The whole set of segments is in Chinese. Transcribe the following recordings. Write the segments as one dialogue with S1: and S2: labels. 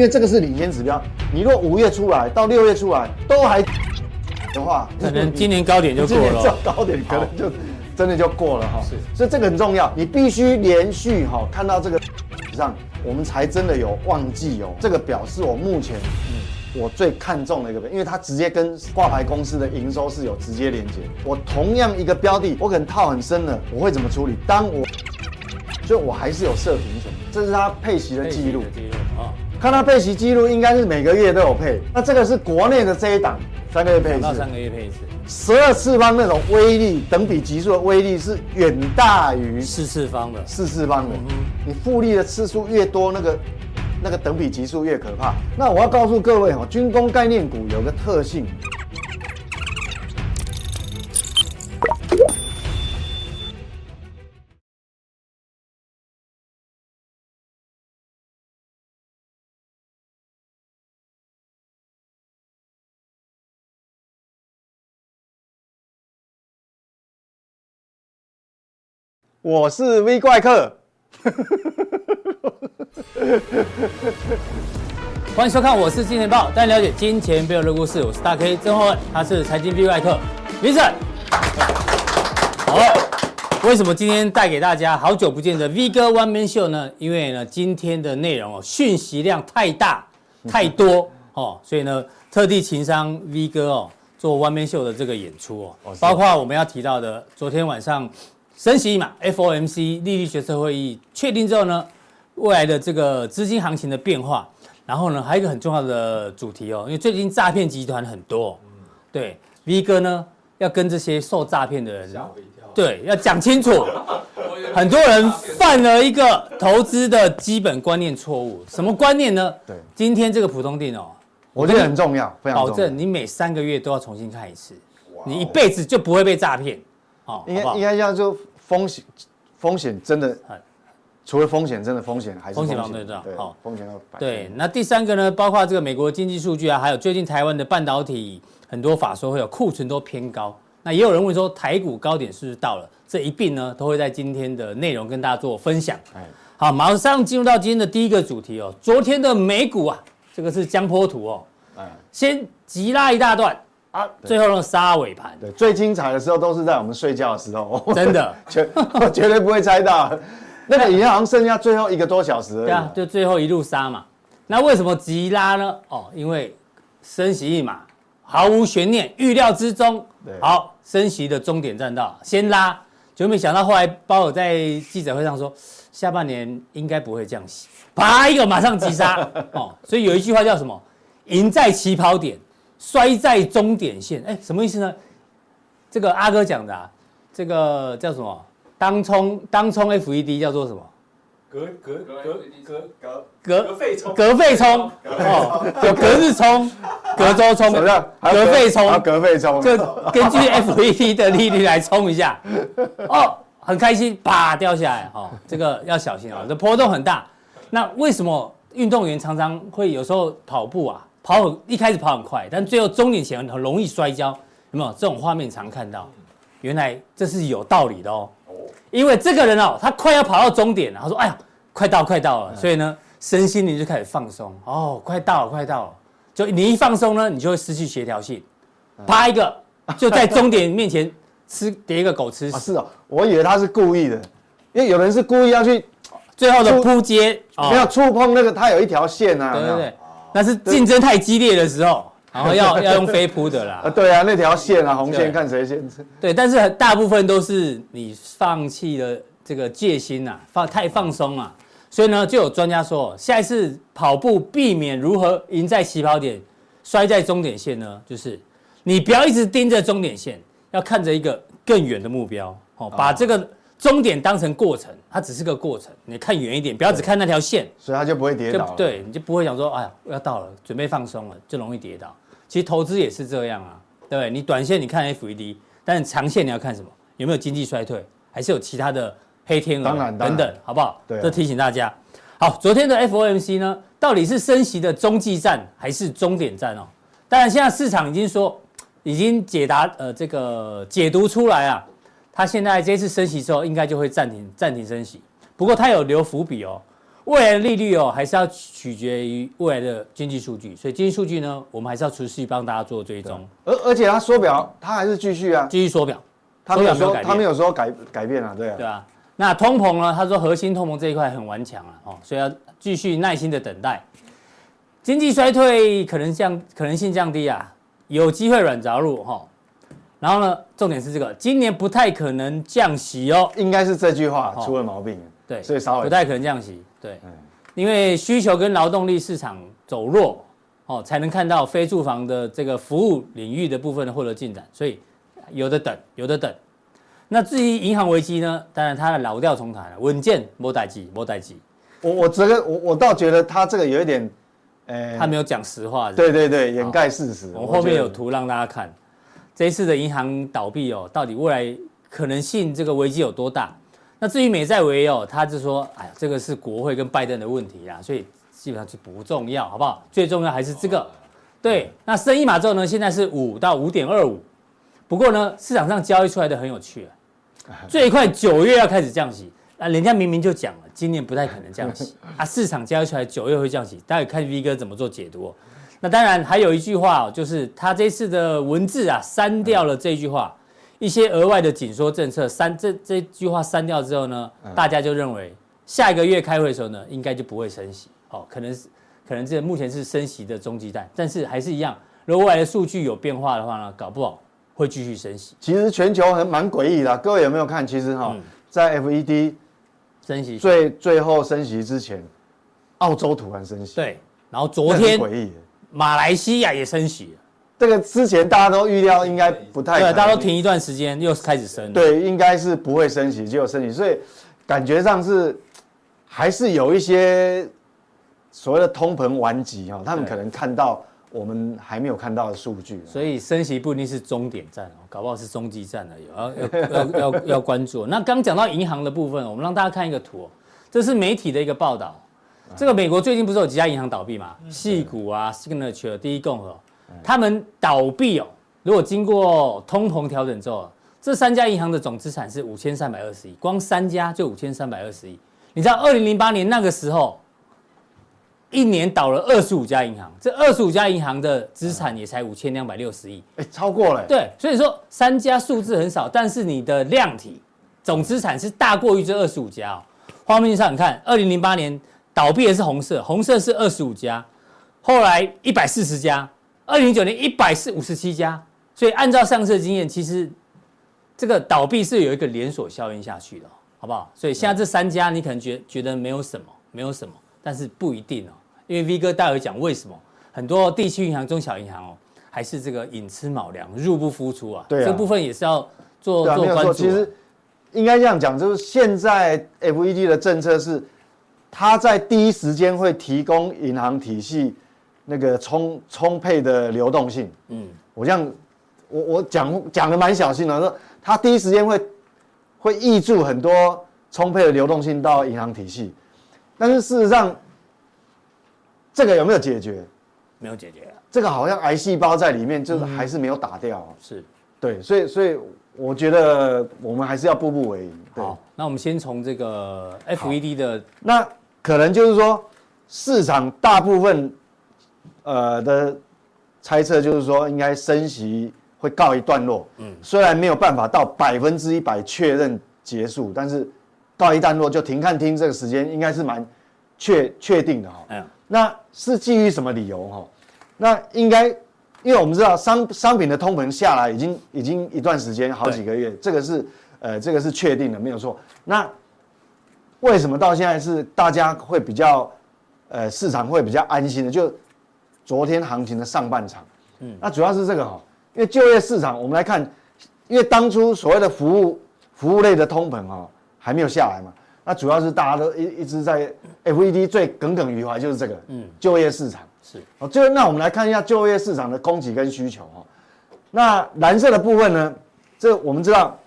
S1: 因为这个是领先指标。你若五月出来到六月出来都还的话，
S2: 可能今年高点就过
S1: 今年
S2: 了
S1: 较
S2: 哦。
S1: 高点可能就真的就过了哈。
S2: 是
S1: 所以这个很重要，你必须连续哈看到这个上，我们才真的有旺季哦。这个表是我目前我最看重的一个表，因为它直接跟挂牌公司的营收是有直接连接。我同样一个标的，我可能套很深的，我会怎么处理？当我所以我还是有设停损，这是它配息的记录。
S2: 哎记录啊，
S1: 看它配息记录，应该是每个月都有配。那这个是国内的这一档三个月配
S2: 两
S1: 一
S2: 到
S1: 次
S2: 三，个月配一次，
S1: 十二次方那种威力，等比级数的威力是远大于
S2: 四次方的，
S1: 四次方的。你复利的次数越多，那个那个等比级数越可怕。那我要告诉各位哦，军工概念股有个特性，我是 V 怪客。
S2: 欢迎收看，我是金钱豹，带你了解金钱背后的故事。我是大 K 曾焕，他是财经 B 外客 Vincent。好，为什么今天带给大家好久不见的 V 哥 One Man Show 呢？因为呢，今天的内容哦，讯息量太大太多哦，所以呢，特地情商 V 哥哦做 One Man Show 的这个演出哦，包括我们要提到的昨天晚上升息嘛，FOMC 利率决策会议确定之后呢，未来的这个资金行情的变化，然后呢，还有一个很重要的主题哦，因为最近诈骗集团很多哦、对 V 哥呢要跟这些受诈骗的人，对，要讲清楚。很多人犯了一个投资的基本观念错误，什么观念呢？
S1: 对
S2: 今天这个浦东店哦，
S1: 我觉得很重要，非常重要。
S2: 保
S1: 哦
S2: 证你每三个月都要重新看一次，你一辈子就不会被诈骗，哦，好
S1: 应
S2: 不
S1: 该
S2: 好
S1: 应？该叫做风险，风险真的
S2: 哎，
S1: 除了风险真的风险还是
S2: 风险防对对
S1: 对
S2: 好，
S1: 风险要摆
S2: 对，，那第三个呢，包括这个美国经济数据啊，还有最近台湾的半导体很多法说会有哦库存都偏高，那也有人问说台股高点是不是到了？这一并呢都会在今天的内容跟大家做分享。
S1: 哎，
S2: 好，马上进入到今天的第一个主题哦。昨天的美股啊，这个是江波图哦，
S1: 哎，
S2: 先急拉一大段啊，最后呢杀尾盘，
S1: 对，最精彩的时候都是在我们睡觉的时候，我
S2: 真的。
S1: 绝我绝对不会猜到，那个银行剩下最后一个多小时而已，
S2: 对啊，就最后一路杀嘛。那为什么急拉呢？哦，因为升息一码，毫无悬念，预料之中
S1: 对。
S2: 好，升息的终点站到，先拉，就没想到后来鲍尔在记者会上说，下半年应该不会降息，啪一个马上急 杀哦。所以有一句话叫什么？赢在起跑点，摔在终点线。哎，什么意思呢？这个阿哥讲的、啊，这个叫什么？当冲当冲 FED 叫做什么？
S3: 隔隔隔隔隔
S2: 隔
S3: 费冲
S2: 隔费冲哦，有隔日冲、隔周冲、
S1: 怎么样？还有
S2: 啊隔费冲
S1: 还，有隔费冲，啊
S2: 就根据 FED 的利率来冲一下，哦，很开心，啪掉下来，哦，这个要小心哦，这波动很大。那为什么运动员常常会有时候跑步啊，跑很一开始跑很快，但最后终点前很容易摔跤，有没有这种画面常看到？原来这是有道理的哦，因为这个人哦，他快要跑到终点了，他说：“哎呀，快到快到
S1: 嗯
S2: 了。”所以呢，身心灵就开始放松，哦，快到了快到了，就你一放松呢，你就会失去协调性。
S1: 嗯
S2: 啪 一个，就在终点面前吃叠一个狗吃
S1: 啊
S2: 屎，
S1: 是哦，我以为他是故意的，因为有人是故意要去
S2: 最后的扑街
S1: 没有
S2: 哦，
S1: 触碰那个，它有一条线啊，
S2: 对
S1: 有没有
S2: 对对，那是竞争太激烈的 时候，然后要要用飞扑的啦
S1: 啊，，对啊，那条线啊，红线
S2: 对
S1: 看谁先，
S2: 对，但是很大部分都是你放弃了这个戒心啊，放太放松了、所以呢，就有专家说，下一次跑步避免如何赢在起跑点，摔在终点线呢，就是你不要一直盯着终点线，要看着一个更远的目标哦，把这个终点当成过程，它只是个过程，你看远一点，不要只看那条线。
S1: 所以他就不会跌
S2: 就
S1: 倒了，
S2: 对，你就不会想说，哎呀，我要到了，准备放松了，就容易跌倒。其实投资也是这样啊，对不对？你短线你看 FED，但是长线你要看什么？有没有经济衰退？还是有其他的黑天鹅？
S1: 当然当然
S2: 等等，好不好？
S1: 对啊
S2: 这提醒大家。好，昨天的 FOMC 呢，到底是升息的中继站还是终点站哦？当然，现在市场已经说，已经解答呃这个解读出来啊，它现在这次升息之后，应该就会暂停暂停升息。不过它有留伏笔哦，未来的利率哦，还是要取决于未来的经济数据，所以经济数据呢，我们还是要持续帮大家做追踪，
S1: 而而且它缩表，它还是继续啊，
S2: 继续缩表，
S1: 它没有
S2: 缩
S1: 说
S2: 表没有改变
S1: 它没有说改改变啊，对啊
S2: 对，吧、那通膨呢？他说核心通膨这一块很顽强啊，哦，所以要继续耐心的等待。经济衰退可能降可能性降低啊，有机会软着陆哈、哦。然后呢，重点是这个，今年不太可能降息哦，
S1: 应该是这句话
S2: 哦
S1: 出了毛病，
S2: 对，
S1: 所以稍微
S2: 不太可能降息，对
S1: 嗯，
S2: 因为需求跟劳动力市场走弱，哦，才能看到非住房的这个服务领域的部分获得进展，所以有的等，有的等。那至于银行危机呢，当然它的老调重弹了，稳健莫待机，莫待机，
S1: 我我这个我我倒觉得他这个有一点，呃
S2: 他没有讲实话，
S1: 对对对，掩盖事实。
S2: 哦我们后面有
S1: 觉得
S2: 图让大家看，这一次的银行倒闭哦，到底未来可能性这个危机有多大？那至于美债危哦，他就说，哎呀，这个是国会跟拜登的问题啦，所以基本上就不重要，好不好？最重要还是这个，
S1: 嗯
S2: 对。那升一码之后呢，现在是五到五点二五，不过呢，市场上交易出来的很有趣啊， 最快九月要开始降息。啊，人家明明就讲了，今年不太可能降 息啊，市场交易出来九月会降息，待会看 V 哥怎么做解读哦。那当然还有一句话哦，就是他这次的文字啊删掉了这句话，一些额外的紧缩政策删这这句话删掉之后呢，
S1: 嗯
S2: 大家就认为下一个月开会的时候呢，应该就不会升息哦，可能是可能这目前是升息的中继弹，但是还是一样，如果未来的数据有变化的话呢，搞不好会继续升息，
S1: 其实全球很蛮诡异的啊，各位有没有看？其实哈
S2: 嗯，
S1: 在 FED
S2: 升息
S1: 最最后升息之前，澳洲突然升息，，
S2: 对，然后昨天
S1: 诡异耶。
S2: 马来西亚也升息了，
S1: 这个之前大家都预料应该不太可
S2: 对，
S1: 能，
S2: 大家都停一段时间，又开始升了，
S1: 对，应该是不会升息，就升息，所以感觉上是还是有一些所谓的通膨顽疾哈，他们
S2: 对
S1: 可能看到我们还没有看到的数据，
S2: 所以升息不一定是终点站哦，搞不好是中继站而已，哦要要要要要关注哦。那刚讲到银行的部分，我们让大家看一个图、哦，这是媒体的一个报道。这个美国最近不是有几家银行倒闭嘛？系股啊、Signature、第一共和，他们倒闭哦。如果经过通膨调整之后，这三家银行的总资产是五千三百二十亿，光三家就五千三百二十亿。你知道，二零零八年那个时候，一年倒了二十五家银行，这二十五家银行的资产也才五千两百六十亿。
S1: 哎，超过了，
S2: 对，所以说三家数字很少，但是你的量体总资产是大过于这二十五家哦。画面上你看，二零零八年倒闭的是红色，红色是二十五家，后来一百四十家，二零零九年一百四五十七家。所以按照上次的经验，其实这个倒闭是有一个连锁效应下去的哦，好不好？所以
S1: 嗯
S2: 现在这三家你可能觉觉得没有什么，没有什么，但是不一定哦，因为 V 哥待会讲为什么很多地区银行、中小银行哦，还是这个寅吃卯粮、入不敷出啊。
S1: 对啊
S2: 这部分也是要做、
S1: 对啊，
S2: 做
S1: 没有
S2: 关注
S1: 错。其
S2: 啊。
S1: 实应该这样讲，就是现在 FED 的政策是，它在第一时间会提供银行体系那个充充沛的流动性。
S2: 嗯
S1: 嗯，我这样，我我讲讲的蛮小心的，说它第一时间会会挹注很多充沛的流动性到银行体系，但是事实上，这个有没有解决？
S2: 没有解决啊，
S1: 这个好像癌细胞在里面，就是还是没有打掉啊、
S2: 是
S1: 对，所以所以我觉得我们还是要步步为营。对，
S2: 好。那我们先从这个 FED 的
S1: 那可能就是说，市场大部分呃的猜测就是说，应该升息会告一段落。嗯，虽然没有办法到百分之一百确认结束，但是告一段落就停看听这个时间应该是蛮确确定的哈、
S2: 哎呀
S1: 那是基于什么理由哈、那应该，因为我们知道商商品的通膨下来已经已经一段时间，好几个月，这个是呃这个是确定的，没有错。那为什么到现在是大家会比较呃市场会比较安心的？就昨天行情的上半场，嗯，那主要是这个哈、因为就业市场我们来看，因为当初所谓的服务服务类的通膨哈、哦还没有下来嘛，那主要是大家都一一直在 FED 最耿耿于怀就是这个，嗯，就业市场
S2: 是
S1: 哦，就那我们来看一下就业市场的供给跟需求哈、那蓝色的部分呢，这我们知道，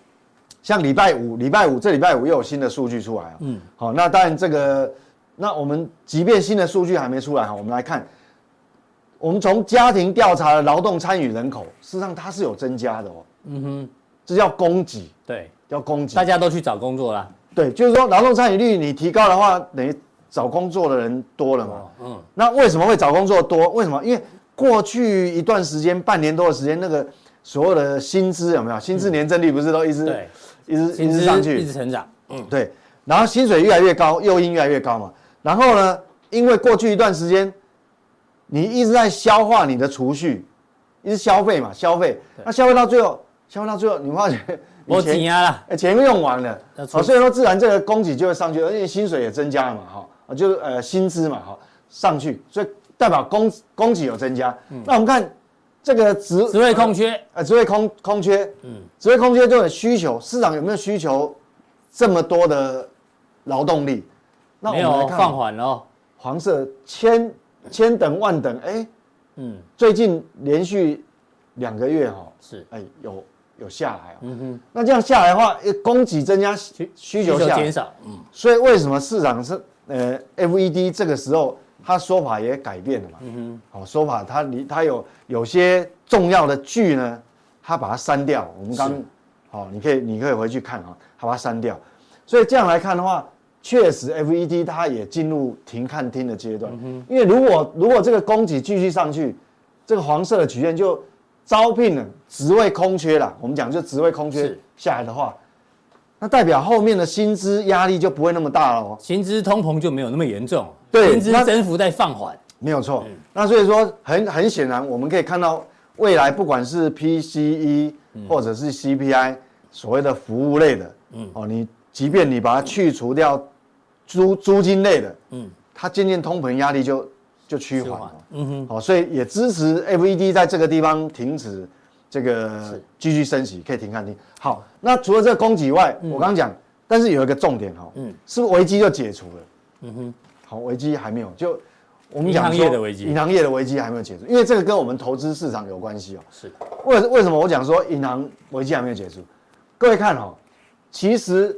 S1: 像礼拜五，礼拜五这礼拜五又有新的数据出来啊、嗯，好、那当然这个，那我们即便新的数据还没出来哈、我们来看，我们从家庭调查的劳动参与人口，事实上它是有增加的哦。嗯哼，这叫供给，
S2: 对，
S1: 叫供给
S2: 大。家都去找工作啦，
S1: 对，就是说劳动参与率你提高的话，等于找工作的人多了嘛。
S2: 嗯，
S1: 那为什么会找工作多？为什么？因为过去一段时间，半年多的时间，那个所有的薪资有没有？薪资年增率不是都一直、
S2: 嗯对，
S1: 一直
S2: 薪
S1: 一
S2: 资
S1: 直上
S2: 一
S1: 去
S2: 直？成长，嗯，
S1: 对，然后薪水越来越高，诱因越来越高嘛。然后呢，因为过去一段时间，你一直在消化你的储蓄，一直消费嘛，消费，那消费到最后，消费到最后，你发觉
S2: 我
S1: 你钱
S2: 钱啊啦，
S1: 哎，钱用完了，
S2: 要
S1: 哦，
S2: 出
S1: 所以说自然这个供给就会上去，而且薪水也增加了嘛，哈、啊，就是呃薪资嘛，哈、上去，所以代表供供给有增加。那我们看这个职
S2: 职位空缺，
S1: 呃职位空空缺，嗯，职位空缺就有需求，市场有没有需求这么多的劳动力？那我
S2: 没
S1: 们来
S2: 有
S1: 看
S2: 放缓了哦，
S1: 黄色千千等万等，哎，
S2: 嗯，
S1: 最近连续两个月哈、
S2: 是
S1: 哎有有下来、哦，嗯哼，那这样下来的话，呃供给增加，需需求下来
S2: 减，少，嗯
S1: 所以为什么市场是呃 FED 这个时候它说法也改变了嘛？嗯哼，好、说法它离它有有些重要的句呢，它把它删掉。我们刚好、你可以你可以回去看啊、它把它删掉。所以这样来看的话，确实 FED 它也进入停看听的阶段，因为如果如果这个供给继续上去，这个黄色的曲线就招聘了职位空缺了。我们讲就职位空缺
S2: 是
S1: 下来的话，那代表后面的薪资压力就不会那么大了哦。
S2: 薪资通膨就没有那么严重，
S1: 对
S2: 薪资
S1: 那
S2: 增幅在放缓，
S1: 没有错。
S2: 嗯
S1: 那所以说很很显然，我们可以看到未来不管是 PCE
S2: 嗯
S1: 或者是 CPI，、所谓的服务类的，
S2: 嗯
S1: 哦，你即便你把它去除掉租租金类的，
S2: 嗯
S1: 它渐渐通膨压力就就趋缓了。
S2: 嗯哼，
S1: 好、所以也支持 FED 在这个地方停止这个继续升息，可以停看停。好，那除了这个供给以外，我刚刚讲，但是有一个重点哈、
S2: 嗯
S1: 嗯，是不是危机就解除了？
S2: 嗯哼，
S1: 好，危机还没有，就我们
S2: 银
S1: 讲
S2: 行
S1: 说
S2: 业的危机
S1: 银行业的危机还没有解除，因为这个跟我们投资市场有关系哦。
S2: 是的，
S1: 为为什么我讲说银行危机还没有结束？各位看哦，其实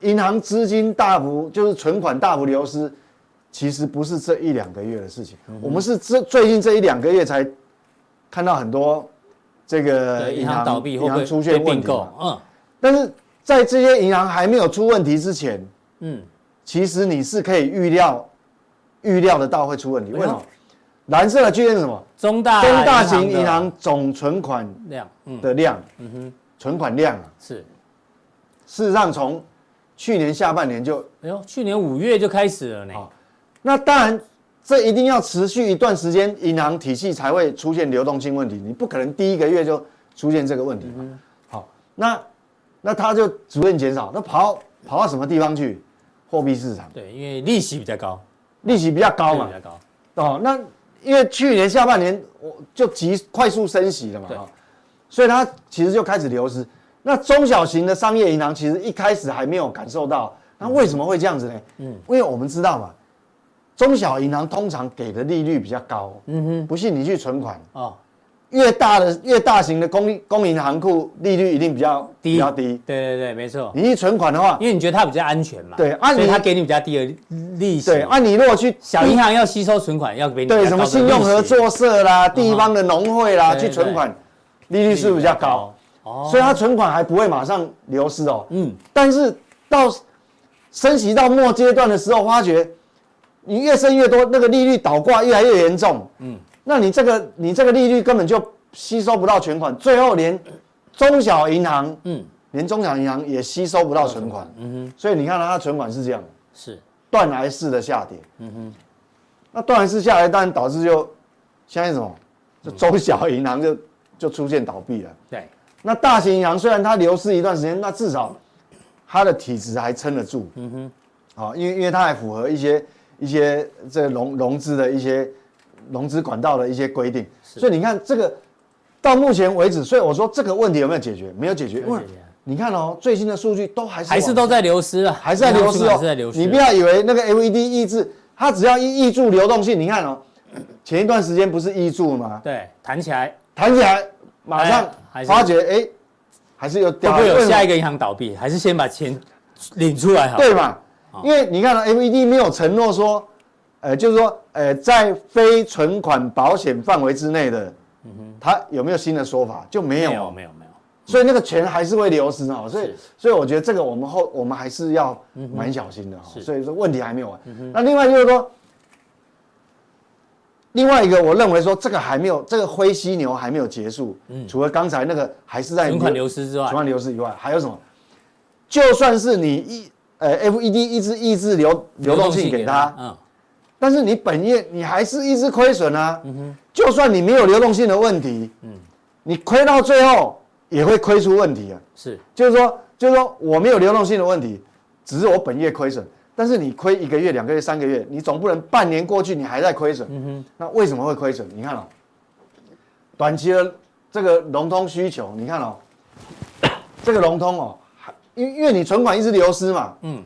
S1: 银行资金大幅就是存款大幅流失，其实不是这一两个月的事情，
S2: 嗯
S1: 我们是这最近这一两个月才看到很多这个
S2: 对，银行倒闭
S1: 呃银
S2: 会
S1: 行
S2: 不会
S1: 出现
S2: 被
S1: 问
S2: 并
S1: 题
S2: 购
S1: 嘛，？
S2: 嗯
S1: 但是在这些银行还没有出问题之前，
S2: 嗯，
S1: 其实你是可以预料预料得到会出问题。
S2: 哎呦啊
S1: 为什么？蓝色的巨线是什么？
S2: 中大
S1: 中大型
S2: 的
S1: 银行总存款
S2: 量，嗯
S1: 的量。
S2: 嗯哼，
S1: 存款量啊，
S2: 是，
S1: 事实上从去年下半年就，
S2: 哎呦，去年五月就开始了呢
S1: 好，那当然这一定要持续一段时间，银行体系才会出现流动性问题，你不可能第一个月就出现这个问题
S2: 嗯
S1: 嘛。好，那那它就逐渐减少，那跑到跑到什么地方去？货币市场
S2: 对，因为利息比较高，
S1: 利息比较高
S2: 利息
S1: 嘛
S2: 比，较高，
S1: 哦，那因为去年下半年我就急快速升息了嘛，
S2: 对
S1: 哈所以它其实就开始流失。那中小型的商业银行其实一开始还没有感受到，那为什么会这样子呢？嗯，因为我们知道嘛，中小银行通常给的利率比较高，
S2: 嗯哼，
S1: 不信你去存款，
S2: 哦，
S1: 越大的越大型的公公银行库利率一定比较
S2: 低
S1: 比较低。
S2: 对对对，没错，
S1: 你一存款的话，
S2: 因为你觉得它比较安全嘛，
S1: 对啊
S2: 所以
S1: 你
S2: 它给你比较低的利息，
S1: 对，啊，你如果去
S2: 小银行要吸收存款要给你比
S1: 对什
S2: 较高
S1: 么
S2: 的
S1: 信用
S2: 利息
S1: 合作社啦、地方的农会啦
S2: 对
S1: 去存款，利率是不是比较高？
S2: 哦，
S1: 所以它存款还不会马上流失哦。
S2: 嗯，
S1: 但是到升息到末阶段的时候，发觉你越升越多，那个利率倒挂越来越严重。嗯，那你这个你这个利率根本就吸收不到全款，最后连中小银行，
S2: 嗯
S1: 嗯，连中小银行也吸收不到存款。嗯哼，所以你看到它存款是这样。
S2: 是
S1: 断崖式的下跌。嗯哼，那断崖式下来，当然导致就现在什么，就中小银行就 就出现倒闭了。
S2: 对，
S1: 那大型银行虽然它流失一段时间，那至少它的体质还撑得住。嗯哼，好、因为因为它还符合一些一些这个融融资的一些融资管道的一些规定，所以你看这个到目前为止，所以我说这个问题有没有解决？没有解决，因为
S2: 解决
S1: 你看哦，最新的数据都还是
S2: 还是
S1: 往
S2: 都在流失啊，
S1: 还是在流失
S2: 银
S1: 哦，
S2: 行存款还是在流失。啊
S1: 你不要以为那个 LED 抑制，它只要一抑注流动性，你看 哦，前一段时间不是抑注吗？
S2: 对弹起来，
S1: 弹起来马上
S2: 哎还是
S1: 发觉，哎，还是又
S2: 会
S1: 掉
S2: 不
S1: 了，
S2: 会有下一
S1: 个？
S2: 个银行倒闭？还是先把钱领出来好？
S1: 对，嘛？
S2: 哦
S1: 因为你看到哦 LED 没有承诺说，呃，就是说，呃，在非存款保险范围之内的，它有没有新的说法？就没
S2: 嗯没
S1: 有，
S2: 有没有没有，
S1: 所以那个钱还是会流失哈，所以
S2: 是嗯
S1: 所以我觉得这个我们后我们还是要蛮小心的哈，
S2: 是嗯
S1: 所以说问题还没有完。那另外就是说，另外一个我认为说这个还没有这个灰犀牛还没有结束，除了刚才那个还是在
S2: 嗯存款流失之外
S1: 存款流失以外，还有什么？就算是你一呃 FED 一直抑制流流动性给他，
S2: 嗯，
S1: 但是你本业你还是一直亏损啊。就算你没有流动性的问题，你亏到最后也会亏出问题啊。
S2: 是
S1: 就是说，就是说我没有流动性的问题，只是我本业亏损。但是你亏一个月、两个月、三个月，你总不能半年过去你还在亏损。那为什么会亏损？你看哦，短期的这个融通需求，你看哦，这个融通哦，还因因为你存款一直流失嘛，
S2: 嗯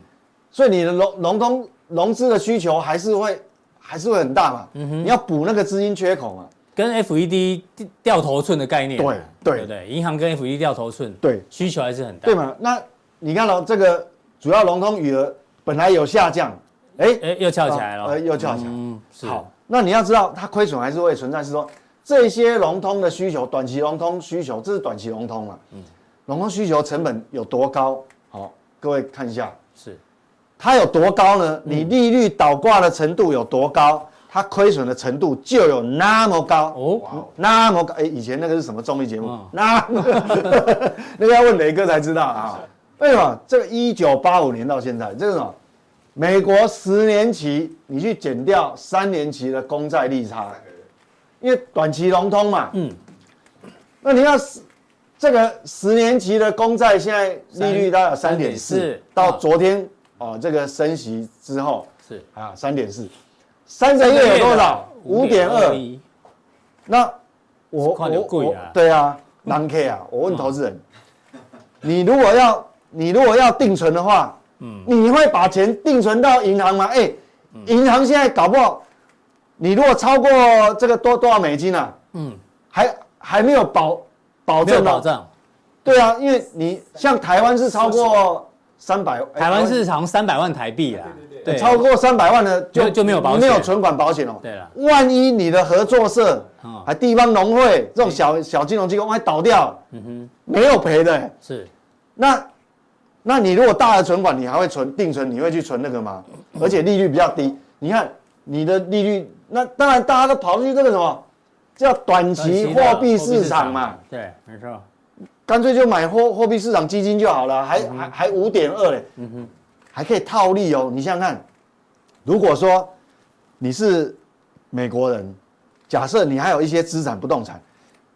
S1: 所以你的融融通融资的需求还是会还是会很大嘛，你要补那个资金缺口嘛，
S2: 跟 FED 掉掉头寸的概念啊，
S1: 对
S2: 对
S1: 对
S2: 不对，银行跟 FED 掉头寸，
S1: 对
S2: 需求还是很大
S1: 对。嘛？那你看到、这个主要融通余额本来有下降，哎、
S2: 哎，又翘起来了，
S1: 呃又翘起来
S2: 嗯，是
S1: 好，，那你要知道它亏损还是会存在，是说这些融通的需求，短期融通需求，这是短期融通了，
S2: 嗯
S1: 融通需求成本有多高？好，各位看一下，
S2: 是
S1: 它有多高呢？
S2: 嗯
S1: 你利率倒挂的程度有多高？它亏损的程度就有那么高
S2: 哦
S1: 哦，那么高哎、以前那个是什么综艺节目？
S2: 嗯
S1: 那 么那个要问雷哥才知道啊。为什么？这个一九八五年到现在，这是什么？美国十年期你去减掉三年期的公债利差，因为短期融通嘛。
S2: 嗯
S1: 嗯，那你要是这个十年期的公债现在利率大概有三点
S2: 3.4
S1: 四，到
S2: 啊
S1: 昨天哦这个升息之后
S2: 是，
S1: 啊三点四，三个月有多少？五点二。
S2: 5.21
S1: 那我
S2: 看得
S1: 我
S2: 贵
S1: 我
S2: 啊嗯
S1: 对啊，难 K 啊！我问投资人，你如果要你如果要定存的话，
S2: 嗯
S1: 你会把钱定存到银行吗？哎、银行现在搞不好，你如果超过这个多多少美金啊，
S2: 嗯，
S1: 还还没有保保
S2: 没有
S1: 证
S2: 保
S1: 到。
S2: 障。
S1: 对啊，因为你像台湾是超过三百，哎
S2: 台湾市场三百万台币啦，对，
S1: 超过三百万的
S2: 就就没有保险
S1: 没有存款保险哦。
S2: 对啦
S1: 万一你的合作社
S2: 嗯、
S1: 还地方农会这种小小金融机构万一倒掉，
S2: 嗯
S1: 没有赔的。欸
S2: 是
S1: 那那你如果大的存款，你还会存定存，你会去存那个吗？而且利率比较低，你看你的利率，那当然大家都跑去这个什么叫短期货币市场嘛，，
S2: 对，没错，
S1: 干脆就买货货币市场基金就好了，还、还还五点二嘞，还可以套利哦。你想想看，如果说你是美国人，假设你还有一些资产不动产，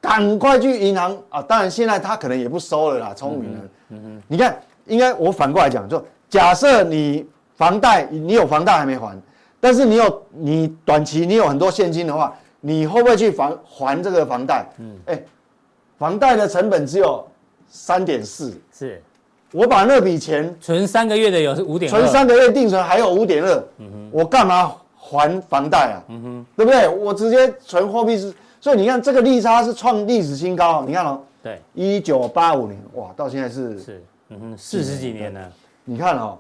S1: 赶快去银行啊！当然现在他可能也不收了啦，聪明人。你看，应该我反过来讲，就假设你房贷你有房贷还没还，但是你有你短期你有很多现金的话，你会不会去还还这个房贷？嗯，哎、房贷的成本只有三点四，
S2: 是
S1: 我把那笔钱
S2: 存三个月的有是五点二，
S1: 存三个月定存还有五点二，
S2: 嗯
S1: 我干嘛还房贷啊？对不对？我直接存货币是，所以你看这个利差是创历史新高，你看哦，
S2: 对，
S1: 一九八五年哇，到现在是，
S2: 是，嗯哼，四十几年了，
S1: 你看哦，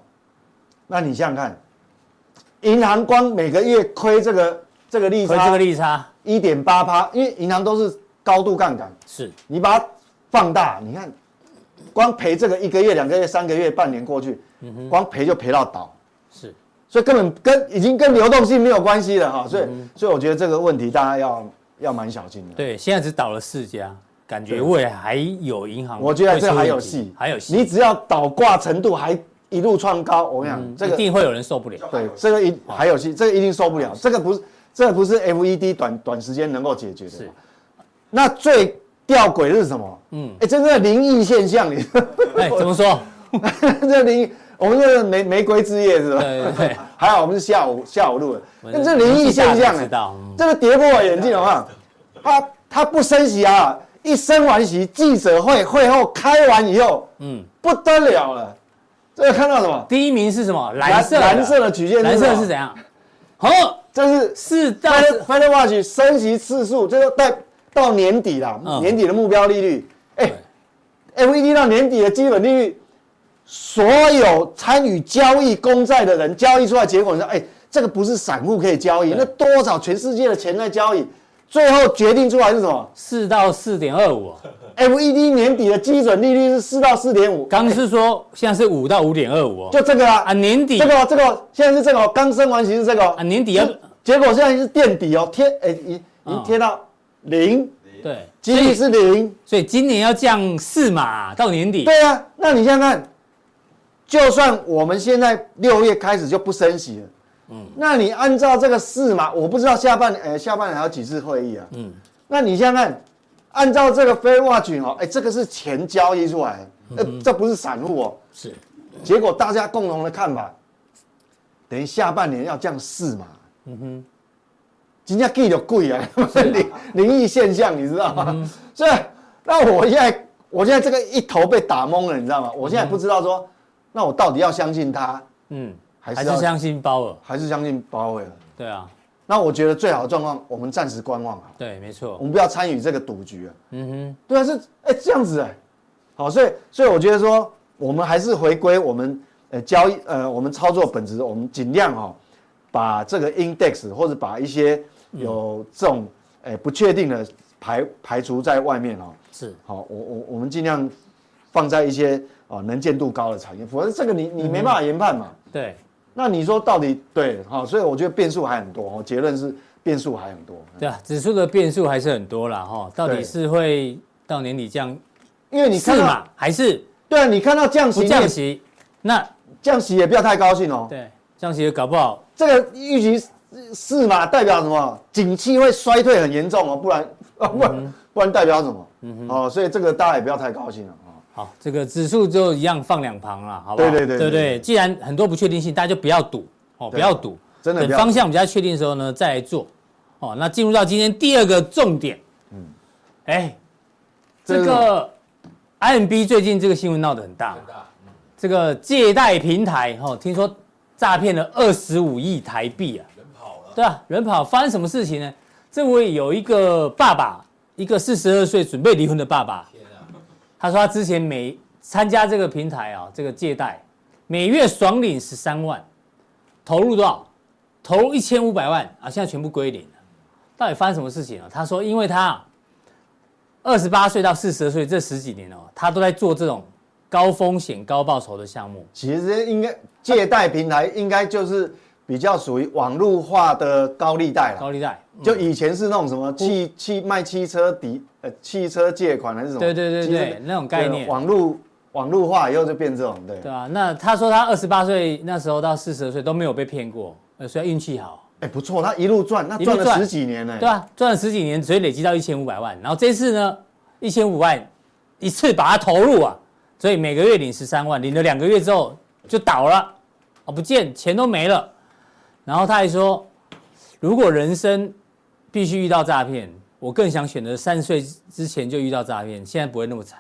S1: 那你想想看，银行光每个月亏这个这个利
S2: 亏这个
S1: 差
S2: 利差
S1: 一点八趴，因为银行都是高度杠杆，
S2: 是
S1: 你把它放大，你看，光赔这个一个月、两个月、三个月、半年过去，
S2: 嗯
S1: 光赔就赔到倒。
S2: 是
S1: 所以根本跟已经跟流动性没有关系了哈，所以、所以我觉得这个问题大家要要蛮小心的。
S2: 嗯对，现在只倒了四家，感觉未来还有银行，
S1: 我觉得这还有戏，
S2: 还有
S1: 你
S2: 戏，
S1: 只要倒挂程度还一路创高，我跟你讲、这
S2: 嗯一
S1: 个
S2: 定会有人受不了，
S1: 对这个一还有戏，这个一定受不了，这个不是这个不是 FED 短短时间能够解决的。
S2: 是
S1: 那最吊诡的是什么？嗯，哎，这是灵异现象， 你
S2: 哎，怎么 说？
S1: 这灵异，我们这是玫玫瑰之夜是吧？
S2: 对对对，
S1: 还 好我们是下午下午录的，
S2: 我
S1: 那这灵异现象
S2: 知
S1: 哎。
S2: 道，嗯
S1: 这个跌破我眼镜好不好？他他不升息啊，一升完息，记者会会后开完以后，
S2: 嗯，
S1: 不得了了。这个看到什么？
S2: 第一名是什么？蓝色的，
S1: 蓝色的曲线是
S2: 蓝色
S1: 什么
S2: 是怎样？哦，
S1: 这是
S2: 四到
S1: Fed Fed Watch 升息次数，这个到到年底啦，
S2: 嗯
S1: 年底的目标利率，哎，FED 到年底的基本利率，所有参与交易公债的人交易出来结果，你说，哎，这个不是散户可以交易，那多少全世界的钱在交易，最后决定出来是什么
S2: 四到四点二五，
S1: ？FED 年底的基准利率是四到四点五，
S2: 刚是说现在是五到五点二五哦，
S1: 就这个啊
S2: 啊，年底
S1: 这个哦这个哦现在是这个哦，刚升完息是这个
S2: 啊
S1: 哦，
S2: 年底要嗯
S1: 是结果现在是垫底哦，贴哎已已经贴到零，
S2: 对，
S1: 几率是零，
S2: 所以今年要降四码到年底，
S1: 对啊，那你想想看，就算我们现在六月开始就不升息了，嗯，那你按照这个四嘛，我不知道下半年，哎、下半年还有几次会议啊，嗯，那你想想看，按照这个 Fair Watch 哦，哎、这个是钱交易出来的，呃、这不是散户哦，
S2: 是
S1: 结果大家共同的看法，等于下半年要降四嘛，嗯哼，今天 G 就贵啊，灵 灵异现象你知道吗？
S2: 嗯
S1: 所以那我现在我现在这个一头被打懵了，你知道吗？我现在不知道说，那我到底要相信他，
S2: 嗯，
S1: 还
S2: 还
S1: 是
S2: 是
S1: 要
S2: 相信包尔，
S1: 还是相信鲍威尔？
S2: 对啊，
S1: 那我觉得最好的状况，我们暂时观望啊，
S2: 对，没
S1: 我
S2: 错，
S1: 们不要参与这个赌局啊。
S2: 嗯哼，
S1: 对啊，是哎、这样子哎、好，所以所以我觉得说，我们还是回归我们呃交易呃我们操作本质，我们尽量哦，把这个 index 或者把一些
S2: 嗯
S1: 有这种哎、不确定的排排除在外面哦。
S2: 是
S1: 好，我我我们尽量放在一些哦能见度高的产业，否则这个你你
S2: 嗯
S1: 没办法研判嘛。
S2: 对，
S1: 那你说到底对好、所以我觉得变数还很多哦，结论是变数还很多。
S2: 对啊，指数的变数还是很多啦哈，到底
S1: 嗯对
S2: 是会到年底降
S1: 因为你看
S2: 四
S1: 到，
S2: 码，还是
S1: 对啊，你看到降息
S2: 不
S1: 你也，
S2: 降息？那
S1: 降息也不要太高兴哦。
S2: 对降息搞不好
S1: 这个预期是嘛，代表什么？景气会衰退很严重哦，不然 啊，不
S2: 嗯
S1: 然、不然代表什么？哦，所以这个大家也不要太高兴了啊、哦。
S2: 好，这个指数就一样放两旁了，好不
S1: 对
S2: 好？
S1: 对对
S2: 对
S1: 对
S2: 不对
S1: 对
S2: 既然很多不确定性，大家就不要赌哦，不
S1: 对
S2: 要赌，
S1: 真的
S2: 等
S1: 不要赌
S2: 方向比较确定的时候呢，再来做。哦，那进入到今天第二个重点，嗯，哎，
S1: 这
S2: 这
S1: 是
S2: 个 IMB 最近这个新闻闹得很大，啊
S3: 嗯
S2: 这个借贷平台哦，听说诈骗了二十五亿台币啊，人跑了，对啊，人跑，发生什么事情呢？这位有一个爸爸，一个四十二岁准备离婚的爸爸，
S3: 啊
S2: 他说他之前每参加这个平台啊，这个借贷，每月爽领十三万，投入多少？投入一千五百万啊，现在全部归零了。到底发生什么事情啊？他说，因为他二十八岁到四十岁这十几年哦，他都在做这种高风险高报酬的项目。
S1: 其实应该借贷平台应该就是比较属于网络化的高利贷
S2: 高
S1: 了。
S2: 利嗯贷，
S1: 就以前是那种什么汽汽卖汽车抵呃汽车借款还是什么？
S2: 对对对
S1: 汽车
S2: 对那种概念
S1: 对网络网络化以后就变这种，对。
S2: 对啊，那他说他二十八岁那时候到四十岁都没有被骗过，呃，所以运气好，
S1: 哎，不错，他一路赚，那
S2: 一路
S1: 赚了
S2: 赚
S1: 十几年呢。
S2: 对啊，赚了十几年，所以累积到一千五百万。然后这次呢，一千五万一次把它投入啊，所以每个月领十三万，领了两个月之后就倒了，啊，不见钱都没了。然后他还说，如果人生必须遇到诈骗，我更想选择三十岁之前就遇到诈骗，现在不会那么惨。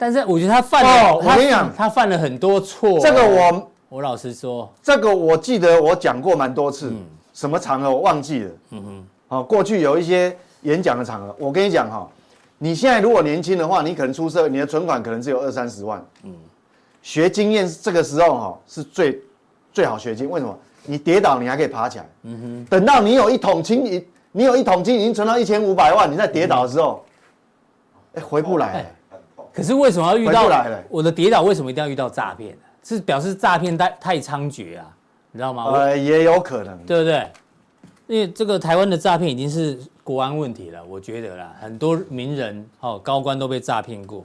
S2: 但是我觉得他犯了，
S1: 哦
S2: 他
S1: 我跟你讲
S2: 他犯了很多错。
S1: 这个我
S2: 我老实说，
S1: 这个我记得我讲过蛮多次，什么场合我忘记了。嗯哼，好、过去有一些演讲的场合，我跟你讲哈、你现在如果年轻的话，你可能出社会，你的存款可能只有二三十万。嗯，学经验这个时候哈、是最最好学经，为什么？你跌倒你还可以爬起来。嗯哼，等到你有一桶金，你你有一桶金已经存到一千五百万，你在跌倒的时候，哎、回不来、
S2: 哎可是为什么要遇
S1: 回
S2: 到
S1: 不来了
S2: 我的跌倒？为什么一定要遇到诈骗呢？啊是表示诈骗太太猖獗啊，你知道吗？我
S1: 呃，也有可能。
S2: 对不对？因为这个台湾的诈骗已经是国安问题了，我觉得啦，很多名人哦高官都被诈骗过。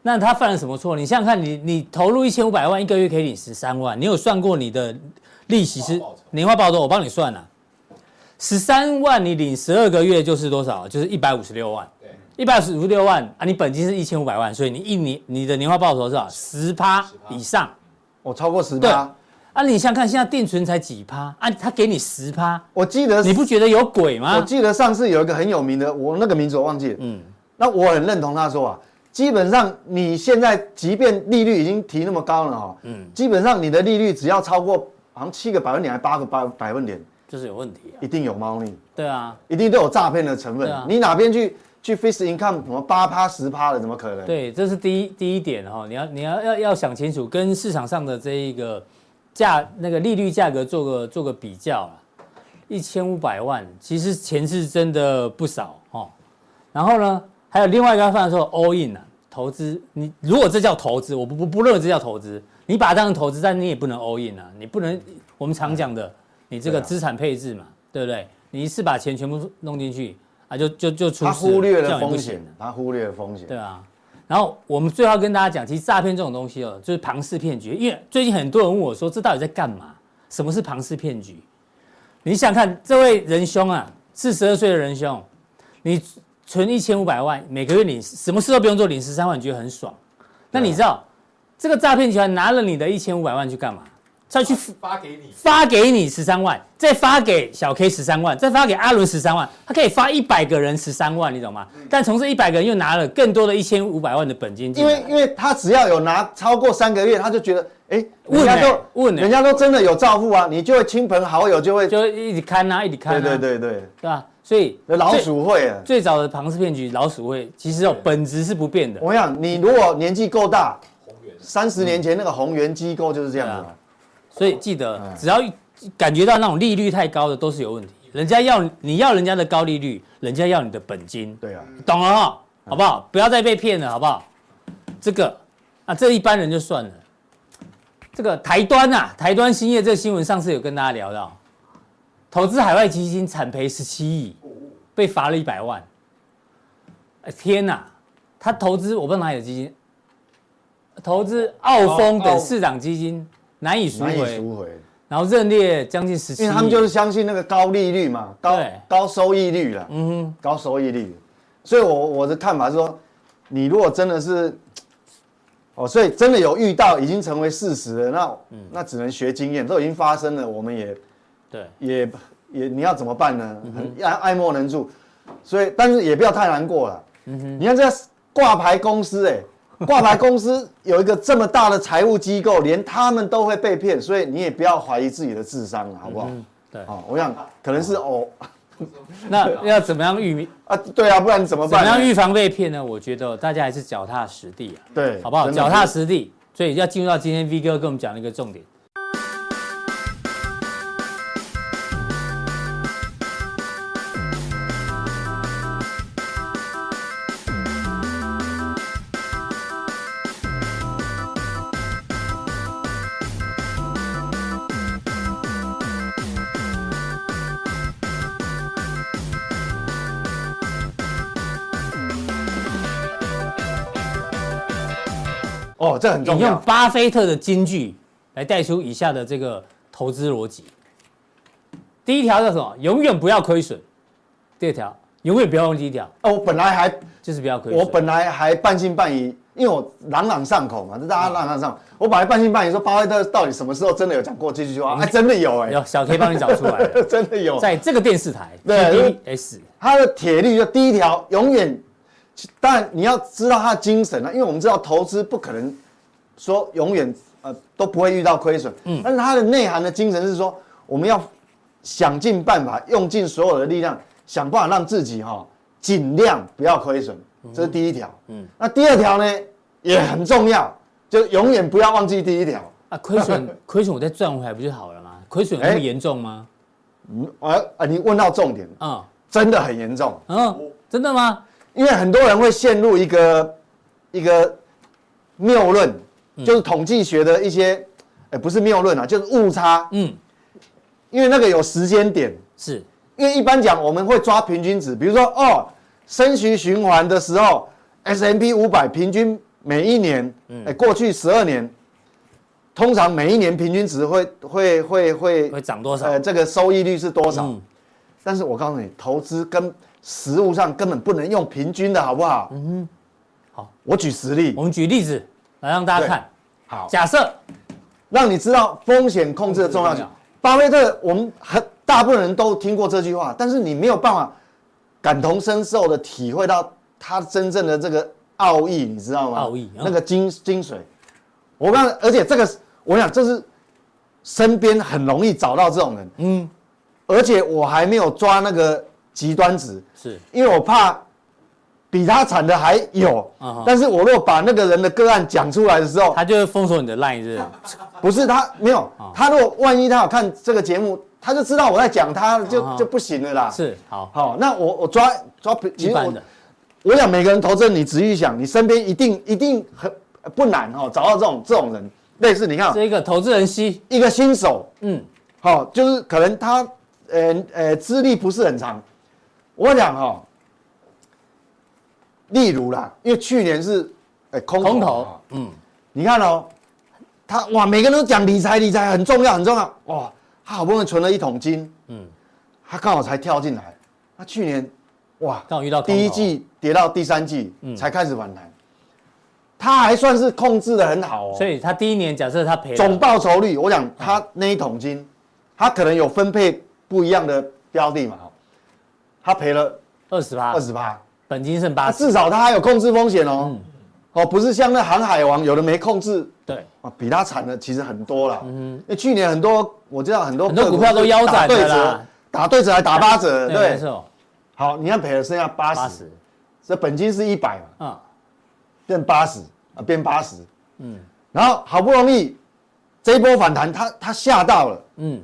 S2: 那他犯了什么错？你想想看你，你投入一千五百万，一个月可以领十三万，你有算过你的利息是年化报酬？我帮你算了、啊十三万你领十二个月就是多少？就是一百五十六万。
S3: 嗯
S2: 一百五十六万啊，你本金是一千五百万，所以你一年你的年化报酬是少？十趴以上。
S1: 我超过十
S2: 对
S1: 八，
S2: 啊，你想想看，现在定存才几趴啊？他给你十趴，
S1: 我记得
S2: 你不觉得有鬼
S1: 我
S2: 吗？
S1: 记得上次有一个很有名的，我那个名字我忘记了。嗯，那我很认同他说啊，基本上你现在即便利率已经提那么高了哈、嗯，基本上你的利率只要超过好像七个百分点还八个百百分点，
S2: 就是有问题啊。
S1: 一定有猫腻，
S2: 对啊，
S1: 一定都有诈骗的成分。
S2: 对啊
S1: 你哪边去去 fixed income 什么八趴十趴的，怎么可能？
S2: 对，这是第一第一点哈、哦，你要你要要要想清楚，跟市场上的这一个价那个利率价格做个做个比较啊。一千五百万，其实钱是真的不少哦。然后呢，还有另外一个方法说 all in 啊，投资。你如果这叫投资，我不不不认为这叫投资，你把它当成投资，但你也不能 all in 啊，你不能我们常讲的，你这个
S1: 对啊
S2: 资产配置嘛，对不对？你一次把钱全部弄进去啊，就就就出事
S1: 他忽略
S2: 这
S1: 了
S2: 样也不
S1: 风
S2: 行
S1: 险
S2: 啊，
S1: 他忽略了风险。
S2: 对啊。然后我们最后要跟大家讲，其实诈骗这种东西哦，就是庞氏骗局。因为最近很多人问我说，这到底在干嘛？什么是庞氏骗局？你想看这位仁兄啊，四十二岁的仁兄，你存一千五百万，每个月领什么事都不用做，领十三万，你觉得很爽？那你知道这个诈骗集团拿了你的一千五百万去干嘛？再去
S3: 发给你，
S2: 发给你十三万，再发给小 K 十三万，再发给阿伦十三万，他可以发一百个人十三万，你懂吗？但从这一百个人又拿了更多的一千五百万的本金进
S1: 因
S2: 来，
S1: 为因为他只要有拿超过三个月，他就觉得，哎，人
S2: 问
S1: 家
S2: 欸
S1: 都
S2: 问欸
S1: 人家都真的有照顾啊，你就会亲朋好友就会，对
S2: 就一直看啊，一直看、啊，
S1: 对，对对，
S2: 对吧？所以
S1: 有老鼠会啊。
S2: 最最早的庞氏骗局，老鼠会其实哦
S3: 对
S2: 本质是不变的，
S1: 我想你如果年纪够大，
S3: 宏源
S1: 三十年前那个宏源机构就是这样子
S2: 对
S1: 嘛
S2: 啊。所以记
S1: 嗯
S2: 得只要感觉到那种利率太高的都是有问题，人家要你要人家的高利率，人家要你的本金，
S1: 对啊，
S2: 懂了哈，好不好？不要再被骗了，好不好？这个啊，这一般人就算了。这个台端呐、啊，台端兴业这个新闻上次有跟大家聊到，投资海外基金惨赔十七亿，被罚了一百万。哎天呐，他投资我不知道哪里的基金，投资澳丰
S3: 澳
S2: 等
S3: 澳
S2: 市场基金难以赎
S1: 难以
S2: 回，
S1: 赎回，
S2: 然后认列将近十七亿，
S1: 因为他们就是相信那个高利率嘛，高
S2: 对
S1: 高收益率啦，嗯哼，高收益率。所以我我的看法是说，你如果真的是，哦，所以真的有遇到已经成为事实了，那、那只能学经验，都已经发生了，我们也
S2: 对
S1: 也也你要怎么办呢？
S2: 嗯
S1: 很爱爱莫能助，所以但是也不要太难过了。
S2: 嗯
S1: 你看这挂牌公司、哎，挂牌公司有一个这么大的财务机构，连他们都会被骗，所以你也不要怀疑自己的智商了，好不好？
S2: 嗯对。
S1: 哦，我想可能是哦
S2: 那要怎么样预
S1: 啊，对啊，不然怎么
S2: 怎
S1: 办
S2: 么
S1: 呢？
S2: 样预防被骗呢？我觉得大家还是脚踏实地啊，
S1: 对，
S2: 好不好？
S1: 真的
S2: 脚踏实地，所以要进入到今天 V 哥跟我们讲的一个重点。
S1: 哦，这很
S2: 引
S1: 重
S2: 用
S1: 要。
S2: 巴菲特的金句来带出以下的这个投资逻辑。第一条叫什么？永远不要亏损。第二条，永远不要用第一条，
S1: 哦，我本来还
S2: 就是不要亏损。
S1: 我本来还半信半疑，因为我朗朗上口嘛，这大家
S2: 嗯
S1: 朗朗上口。我本来半信半疑说巴菲特到底什么时候真的有讲过这句
S2: 嗯
S1: 话？哎，真的有哎、
S2: 有小 K 帮你找出来了，
S1: 真的有。
S2: 在这个电视台
S1: 对
S2: TBS
S1: 他的铁律就第一条，永远，当然你要知道他的精神啊，因为我们知道投资不可能说永远呃都不会遇到亏损，嗯，但是他的内涵的精神是说，我们要想尽办法，用尽所有的力量，想办法让自己哈、尽量不要亏损，这是第一条，嗯，那第二条呢也很重要，就永远不要忘记第一条，
S2: 啊，亏损 亏损我再赚回来不就好了吗？亏损有那么
S1: 哎
S2: 严重吗？
S1: 嗯，啊啊，你问到重点了，
S2: 啊
S1: 真的很严重，
S2: 嗯，真的吗？
S1: 因为很多人会陷入一个一个谬论，
S2: 嗯
S1: 就是统计学的一些，呃，不是谬论啊，就是误差。
S2: 嗯，
S1: 因为那个有时间点，
S2: 是
S1: 因为一般讲我们会抓平均值，比如说哦，升息循环的时候，S M P 五百平均每一年，
S2: 嗯
S1: 哎、过去十二年，通常每一年平均值会会会会
S2: 会涨多少？
S1: 呃，这个收益率是多少？
S2: 嗯
S1: 但是我告诉你，投资跟实物上根本不能用平均的，好不好？嗯
S2: 好，
S1: 我举实例
S2: 我，们举例子来让大家看。
S1: 好，
S2: 假设
S1: 让你知道风险控制的重要性
S2: 控制重要。
S1: 巴菲特，我们很大部分人都听过这句话，但是你没有办法感同身受的体会到他真正的这个奥义，你知道吗？
S2: 奥义嗯
S1: 那个精精髓。我刚，而且这个是我想这是身边很容易找到这种人，
S2: 嗯
S1: 而且我还没有抓那个极端值。
S2: 是
S1: 因为我怕比他惨的还有
S2: 嗯哼。
S1: 但是我若把那个人的个案讲出来的时候，
S2: 他就啊会封锁你的 line 是不是
S1: 不是他没有，他如果万一他有看这个节目，他就知道我在讲他，就就不行了啦。，
S2: 啊是好
S1: 好，那我我抓抓，其
S2: 一
S1: 实
S2: 般
S1: 我
S2: 的，
S1: 我想每个人投资人，你仔细想，你身边一定一定很不难哦，找到这种这种人，类似你看哦
S2: 这个投资人 C，
S1: 一个新手，
S2: 嗯，
S1: 好、就是可能他呃呃资历不是很长。我讲哈、哦，例如啦，因为去年是呃空
S2: 空
S1: 头
S2: 头
S1: 嘛，
S2: 嗯，
S1: 你看哦，他哇，每个人都讲理财，理财很重要，很重要哇。他好不容易存了一桶金，嗯
S2: 嗯，
S1: 他刚好才跳进来。他去年哇，
S2: 刚好遇到空头嗯
S1: 第一季跌到第三季、才开始反弹，他还算是控制的很好哦。
S2: 所以他第一年假设他赔了
S1: 总报酬率，我
S2: 嗯
S1: 讲他那一桶金，他可能有分配不一样的标的嘛，他赔了
S2: 二十趴
S1: 二，十八，
S2: 本金剩
S1: 啊，
S2: 八十，
S1: 至少他还有控制风险哦，
S2: 嗯
S1: 哦，不是像那航海王有的没控制，
S2: 对，
S1: 啊，比他惨的其实很多啦。因为去年很多我知道很多
S2: 嗯很多
S1: 个
S2: 股票都腰斩的啦
S1: 打对折，打对折还打八折，
S2: 没
S1: 对，
S2: 错，
S1: 好，你看赔了剩下八
S2: 八
S1: 十
S2: 十，，
S1: 这本金是一百嘛，
S2: 嗯，
S1: 变八十啊，变八十，嗯，然后好不容易这一波反弹，他他吓到了。
S2: 嗯，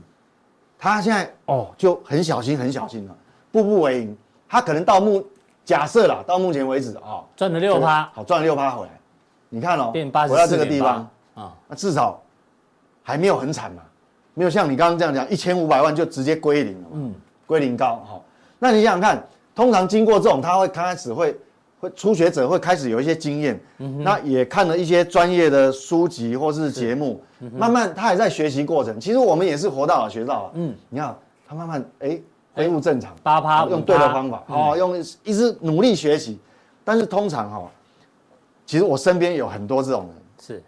S1: 他现在哦就很小心很小心了，步步为营。他可能到目假设啦，到目前为止啊，哦
S2: 赚了六趴，
S1: 好赚了六趴回来。你看哦，
S2: 变八十
S1: 回到这个地方，
S2: 啊，
S1: 那至少还没有很惨嘛，没有像你刚刚这样讲，一千五百万就直接归零了嘛，
S2: 嗯
S1: 归零高好、那你想想看，通常经过这种，他会刚开始会会初学者会开始有一些经验，
S2: 嗯
S1: 那也看了一些专业的书籍或是节目，
S2: 嗯
S1: 慢慢他还在学习过程。其实我们也是活到老学到老，嗯
S2: 嗯，
S1: 你看他慢慢哎恢复正常，
S2: 八趴
S1: 用对的
S2: 5%
S1: 方法，
S2: 嗯
S1: 哦，用一直努力学习。但是通常哈、哦，其实我身边有很多这种人。
S2: 是，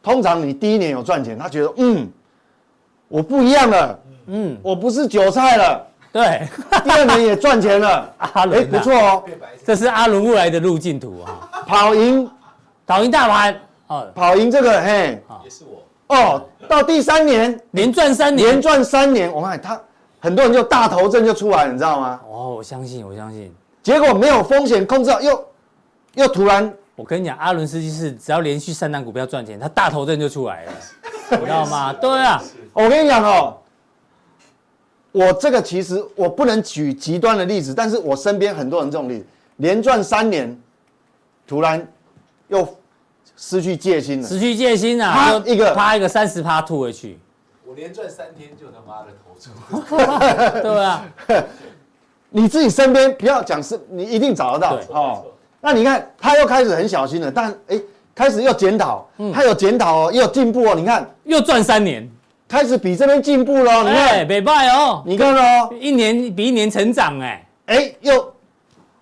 S1: 通常你第一年有赚钱，他觉得嗯，我不一样了，
S2: 嗯，
S1: 我不是韭菜了。
S2: 对，
S1: 第二年也赚钱了，
S2: 阿
S1: 哎，
S2: 伦
S1: 不
S2: 啊
S1: 错哦，
S2: 这是阿伦未来的路径图啊，
S1: 跑赢
S2: 倒赢大盘，哦，
S1: 跑赢这个嘿，
S2: 啊
S3: 也是我，
S1: 哦，到第三年
S2: 连赚三年
S1: 连，赚三年，我看他很多人就大头症就出来了，你知道吗？
S2: 哦，我相信，我相信，
S1: 结果没有风险控制好，又又突然
S2: 我跟你讲，阿伦斯基是只要连续三档股票赚钱，他大头阵就出来了，你知道吗？对啊，
S1: 我跟你讲哦，我这个其实我不能举极端的例子，但是我身边很多人这种例子，连赚三年，突然又失去戒心了。
S2: 失去戒心啊，
S1: 啪
S2: 又
S1: 一个
S2: 趴一个三十趴吐回去，
S3: 我连赚三天就他妈的投出，
S2: 对啊，
S1: 你自己身边不要讲是，你一定找得到
S2: 对
S1: 哦。那你看他又开始很小心了，但哎，开始又检讨，
S2: 嗯
S1: 他有检讨哦，也有进步哦。你看，
S2: 又赚三年，
S1: 开始比这边进步喽。你
S2: 哎，
S1: 看，
S2: 北拜哦，
S1: 你看哦，
S2: 一年比一年成长哎、
S1: 哎，又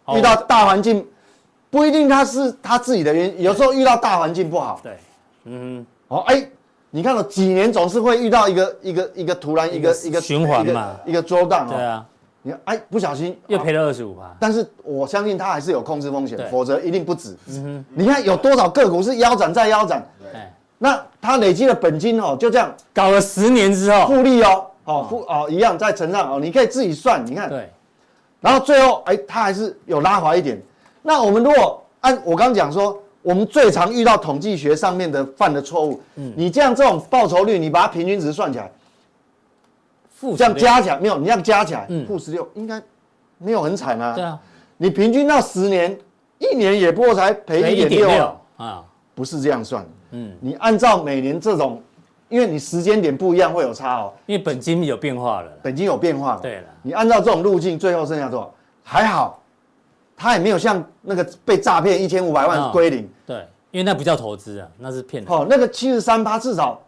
S2: 哦
S1: 遇到大环境，不一定他是他自己的原因，有时候遇到大环境不好，
S2: 对，嗯，
S1: 哦，哎，你看到几年总是会遇到一个一个一个突然一个
S2: 一个
S1: 一个
S2: 循环嘛
S1: 一个一个 drawdown
S2: 对
S1: 哦，
S2: 啊，
S1: 你看哎不小心
S2: 又赔
S1: 啊
S2: 了二十五趴，
S1: 但是我相信他还是有控制风险
S2: 对，嗯
S1: 否则一定不止。你看有多少个股是腰斩再腰斩，
S2: 哎，
S1: 那他累积的本金哦，就这样
S2: 搞了十年之后，
S1: 复利哦，哦复哦一样再乘上哦，你可以自己算，你看
S2: 对，
S1: 然后最后，哎，它还是有拉滑一点。那我们如果按我刚讲说，我们最常遇到统计学上面的犯的错误，
S2: 嗯
S1: 你这样这种报酬率，你把它平均值算起来，
S2: 负
S1: 这样
S2: 16
S1: 加起来没有，你这样加起来，
S2: 嗯
S1: 负十六应该没有很惨
S2: 对
S1: 啊。
S2: 啊，
S1: 你平均到十年，一年也不过才赔
S2: 赔
S1: 一
S2: 一
S1: 点六
S2: 点
S1: 啊，
S2: 六啊，
S1: 不是这样算。
S2: 嗯，
S1: 你按照每年这种，因为你时间点不一样会有差哦，
S2: 因为本金有变化了，
S1: 本金有变化嘛。
S2: 对了，
S1: 你按照这种路径，最后剩下多少？还好，他也没有像那个被诈骗一千五百万
S2: 嗯
S1: 归零。
S2: 对，因为那不叫投资啊，那是骗人，
S1: 哦，那个七十三趴至少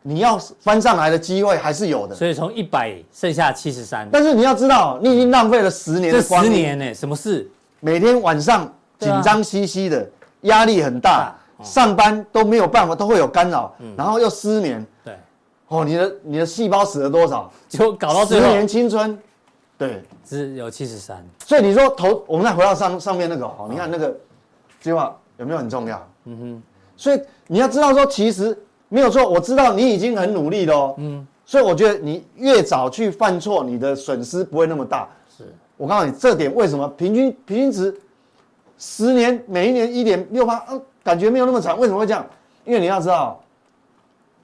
S1: 你要翻上来的机会还是有的。
S2: 所以从一百剩下七十三，
S1: 但是你要知道，你已经浪费了十年
S2: 这
S1: 的光
S2: 十
S1: 阴，
S2: 年呢、什么事？
S1: 每天晚上
S2: 对
S1: 紧
S2: 啊
S1: 张兮兮的，压力很大，
S2: 大哦嗯
S1: 上班都没有办法，都会有干扰，然后又失眠。
S2: 对，
S1: 哦，你的你的细胞死了多少？
S2: 就搞到
S1: 十
S2: 最后
S1: 年青春，对。
S2: 只有七十三，
S1: 所以你说投，我们再回到上上面那个
S2: 啊
S1: 哦，你看那个计划有没有很重要？嗯哼。所以你要知道说，其实没有错，我知道你已经很努力了哦。嗯。所以我觉得你越早去犯错，你的损失不会那么大。
S2: 是
S1: 我告诉你，这点为什么平均平均值十年每一年一点六八，嗯，感觉没有那么长，为什么会这样？因为你要知道，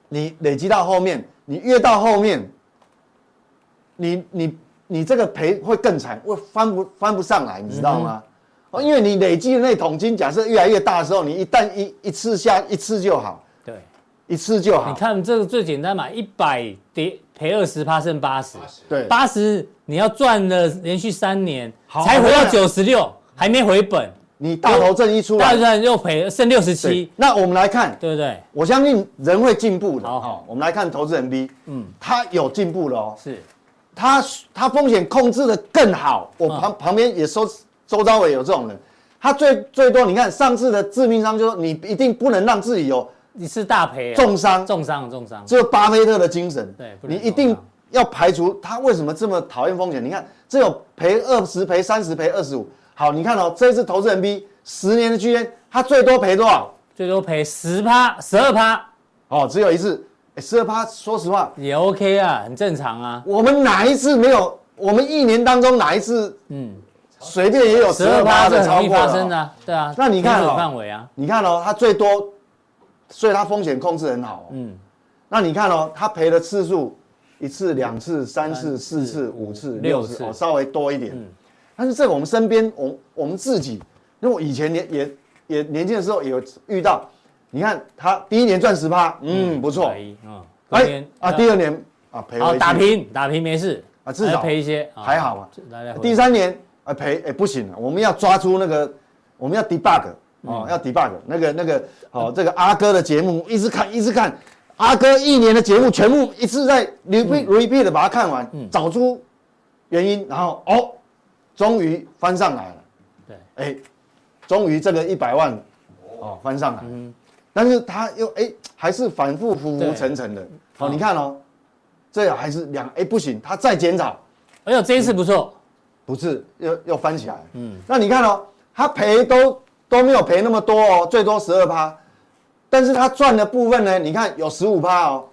S1: 你累积到后面，你越到后面，你你你这个赔会更惨，会翻不翻不上来，你知道
S2: 嗯
S1: 吗？哦，因为你累积的那桶金，假设越来越大的时候，你一旦一一次下一次就好，
S2: 对，
S1: 一次就好。
S2: 你看这个最简单嘛，一百跌赔二十趴剩八十，
S1: 对，
S2: 八十你要赚了连续三年
S1: 好
S2: 才回
S1: 我
S2: 到
S1: 跟你
S2: 九十六，还没回本，
S1: 你大头阵一出
S2: 大
S1: 来，
S2: 赚又赔剩六十
S1: 对
S2: 七，
S1: 那我们来看，
S2: 对不对？
S1: 我相信人会进步的。
S2: 好
S1: 好，我们来看投资人 B，
S2: 嗯
S1: 嗯，他有进步了哦，
S2: 是，
S1: 他他风险控制的更好。我
S2: 嗯
S1: 旁、旁边也收周遭也有这种人，他最最多你看上次的致命伤就是你一定不能让自己有
S2: 你是大赔啊，
S1: 重伤，
S2: 重伤重伤，
S1: 这是巴菲特的精神。
S2: 对不能啊
S1: 你
S2: 重
S1: 一定
S2: 伤
S1: 要排除他为什么这么讨厌风险。你看，这有赔二十、赔三十、赔二十五。好，你看哦，这一次投资人 B 十年的区间，他最多赔多少？
S2: 最多赔十趴十二趴
S1: 哦，只有一次，十二趴。说实话，
S2: 也 OK 啊，很正常啊，
S1: 我们哪一次没有？我们一年当中哪一次
S2: 嗯，
S1: 随便也有十
S2: 十
S1: 二
S2: 二
S1: 趴
S2: 趴
S1: 的
S2: 是
S1: 超
S2: 很容易
S1: 过了
S2: 发
S1: 哦
S2: 生的、啊，对啊，
S1: 那你看哦
S2: 停损范围啊，
S1: 你看哦，他最多，所以他风险控制很好、哦。
S2: 嗯，
S1: 那你看哦，他赔的次数一次、两次、三次、
S2: 三次
S1: 四次、五次、
S2: 六
S1: 六次，
S2: 次
S1: 哦，稍微多一点。
S2: 嗯
S1: 但是这个我们身边，我我们自己，因为我以前年也也年轻的时候也有遇到，你看他第一年赚十趴，嗯，不错
S2: 可。以，嗯，隔
S1: 哎
S2: 天
S1: 啊，第二年啊赔回
S2: 好
S1: 去
S2: 哦打平打平没事
S1: 啊至少
S2: 还赔一些，啊
S1: 还好嘛。
S2: 来来，
S1: 第
S2: 第三
S1: 三年啊赔哎不行了，我们要抓住那个，我们要 debug
S2: 嗯
S1: 哦，要 debug 那个那个哦，这个阿哥的节目一直看一直看，阿哥一年的节目全部一次在
S2: 嗯
S1: repeat repeat 的把它看完，找出原因，然后哦，终于翻上来了，
S2: 对，
S1: 哎，终于这个一百万哦翻上来，但是他又哎还是反复浮浮
S2: 嗯对
S1: 沉沉的，
S2: 哦
S1: 哦你看哦，这还是两哎不行，他再检讨。
S2: 哎呦这一次不错，
S1: 不是，又又翻起来。嗯，那你看哦，他赔都都没有赔那么多哦，最多十二趴，但是他赚的部分呢，你看有十五趴哦。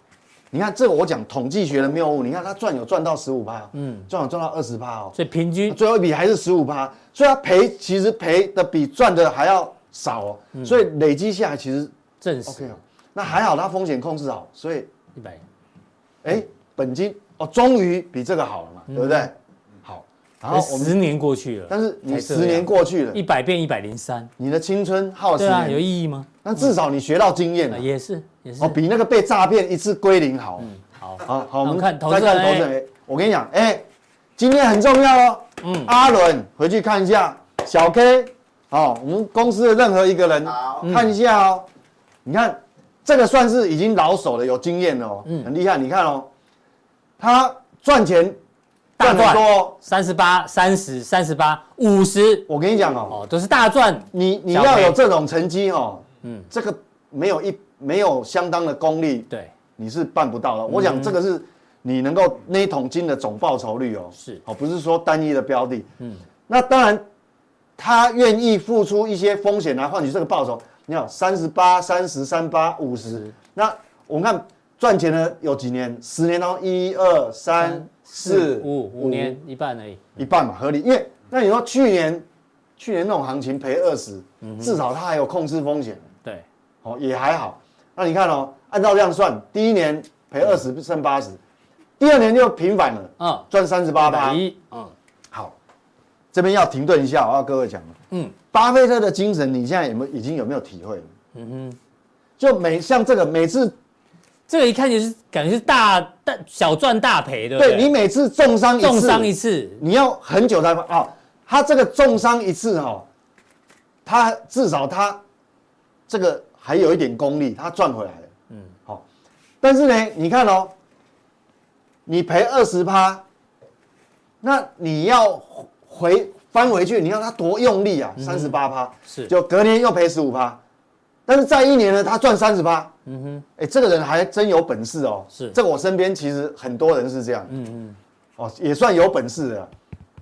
S1: 你看这个我讲统计学的谬误，你看他赚有赚到十五趴，嗯，赚有赚到二十趴哦，
S2: 所以平均
S1: 最后一笔还是十五趴，所以他赔其实赔的比赚的还要少哦，所以累积下来其实
S2: 正十
S1: OK 哦。那还好他风险控制好，所以
S2: 一百，
S1: 哎本金哦终于比这个好了嘛，对不对？好，然后我们
S2: 十年过去了，
S1: 但是你
S2: 才
S1: 十
S2: 这样
S1: 年过去了
S2: 一，百变一百零三，
S1: 你的青春耗十
S2: 对啊，有
S1: 年，
S2: 意义吗？
S1: 那至少你学到经验
S2: 啊
S1: 了，
S2: 也是也是
S1: 哦，，比那个被诈骗一次归零好。
S2: 嗯好，
S1: 好好，
S2: 我
S1: 我
S2: 们
S1: 们
S2: 看投资
S1: 再看
S2: 人哎
S1: 投资人 A，我跟你讲，哎，今天很重要哦。嗯，阿伦回去看一下小 K，好，我们公司的任何一个人
S3: 好
S2: 嗯
S1: 看一下哦。你看这个算是已经老手了，有经验了哦，
S2: 嗯
S1: 很厉害。你看哦，他赚钱
S2: 大
S1: 赚很
S2: 赚
S1: 多哦。
S2: 三十八、三十、三十八、五十，
S1: 我跟你讲哦，
S2: 哦，都是大赚，
S1: 你你
S2: 小
S1: 要
S2: 赔
S1: 有这种成绩哦，
S2: 嗯
S1: 嗯，这个没有一没有相当的功力，
S2: 对，
S1: 你是办不到的。我想这个是你能够那一桶金的总报酬率哦，
S2: 是
S1: 哦，不是说单一的标的，嗯，那当然他愿意付出一些风险来换取这个报酬。你看三十八、三十三八、五十，那我们看赚钱的有几年？十年当中，一二三四
S2: 五五年一半而已，
S1: 一半嘛，合理。因为那你说去年，去年那种行情赔二十，至少它还有控制风险，
S2: 对，
S1: 哦，也还好。那你看哦，按照这样算，第一年赔二十剩八十，第二年就平反了，
S2: 嗯，
S1: 赚三十八
S2: 百
S1: 趴。
S2: 一，嗯，
S1: 好，这边要停顿一下，我要各位讲了，
S2: 嗯
S1: 嗯，巴菲特的精神，你现在有没有已经有没有体会了？嗯哼，就每像这个每次
S2: 这个一看就是感觉是大大小赚大赔，对不
S1: 对
S2: 对？
S1: 你每次重伤一次，
S2: 重伤一次，
S1: 你要很久才发啊、他这个重伤一次哦，他至少他这个还有一点功力，他赚回来了。嗯，好、但是呢，你看哦，你赔二十趴，那你要回翻回去，你看他多用力啊，三十八趴，
S2: 是
S1: 就隔年又赔十五趴，但是再一年呢，他赚三十八。嗯哼，哎、这个人还真有本事哦。
S2: 是
S1: 这个我身边其实很多人是这样。嗯嗯，哦，也算有本事的啊。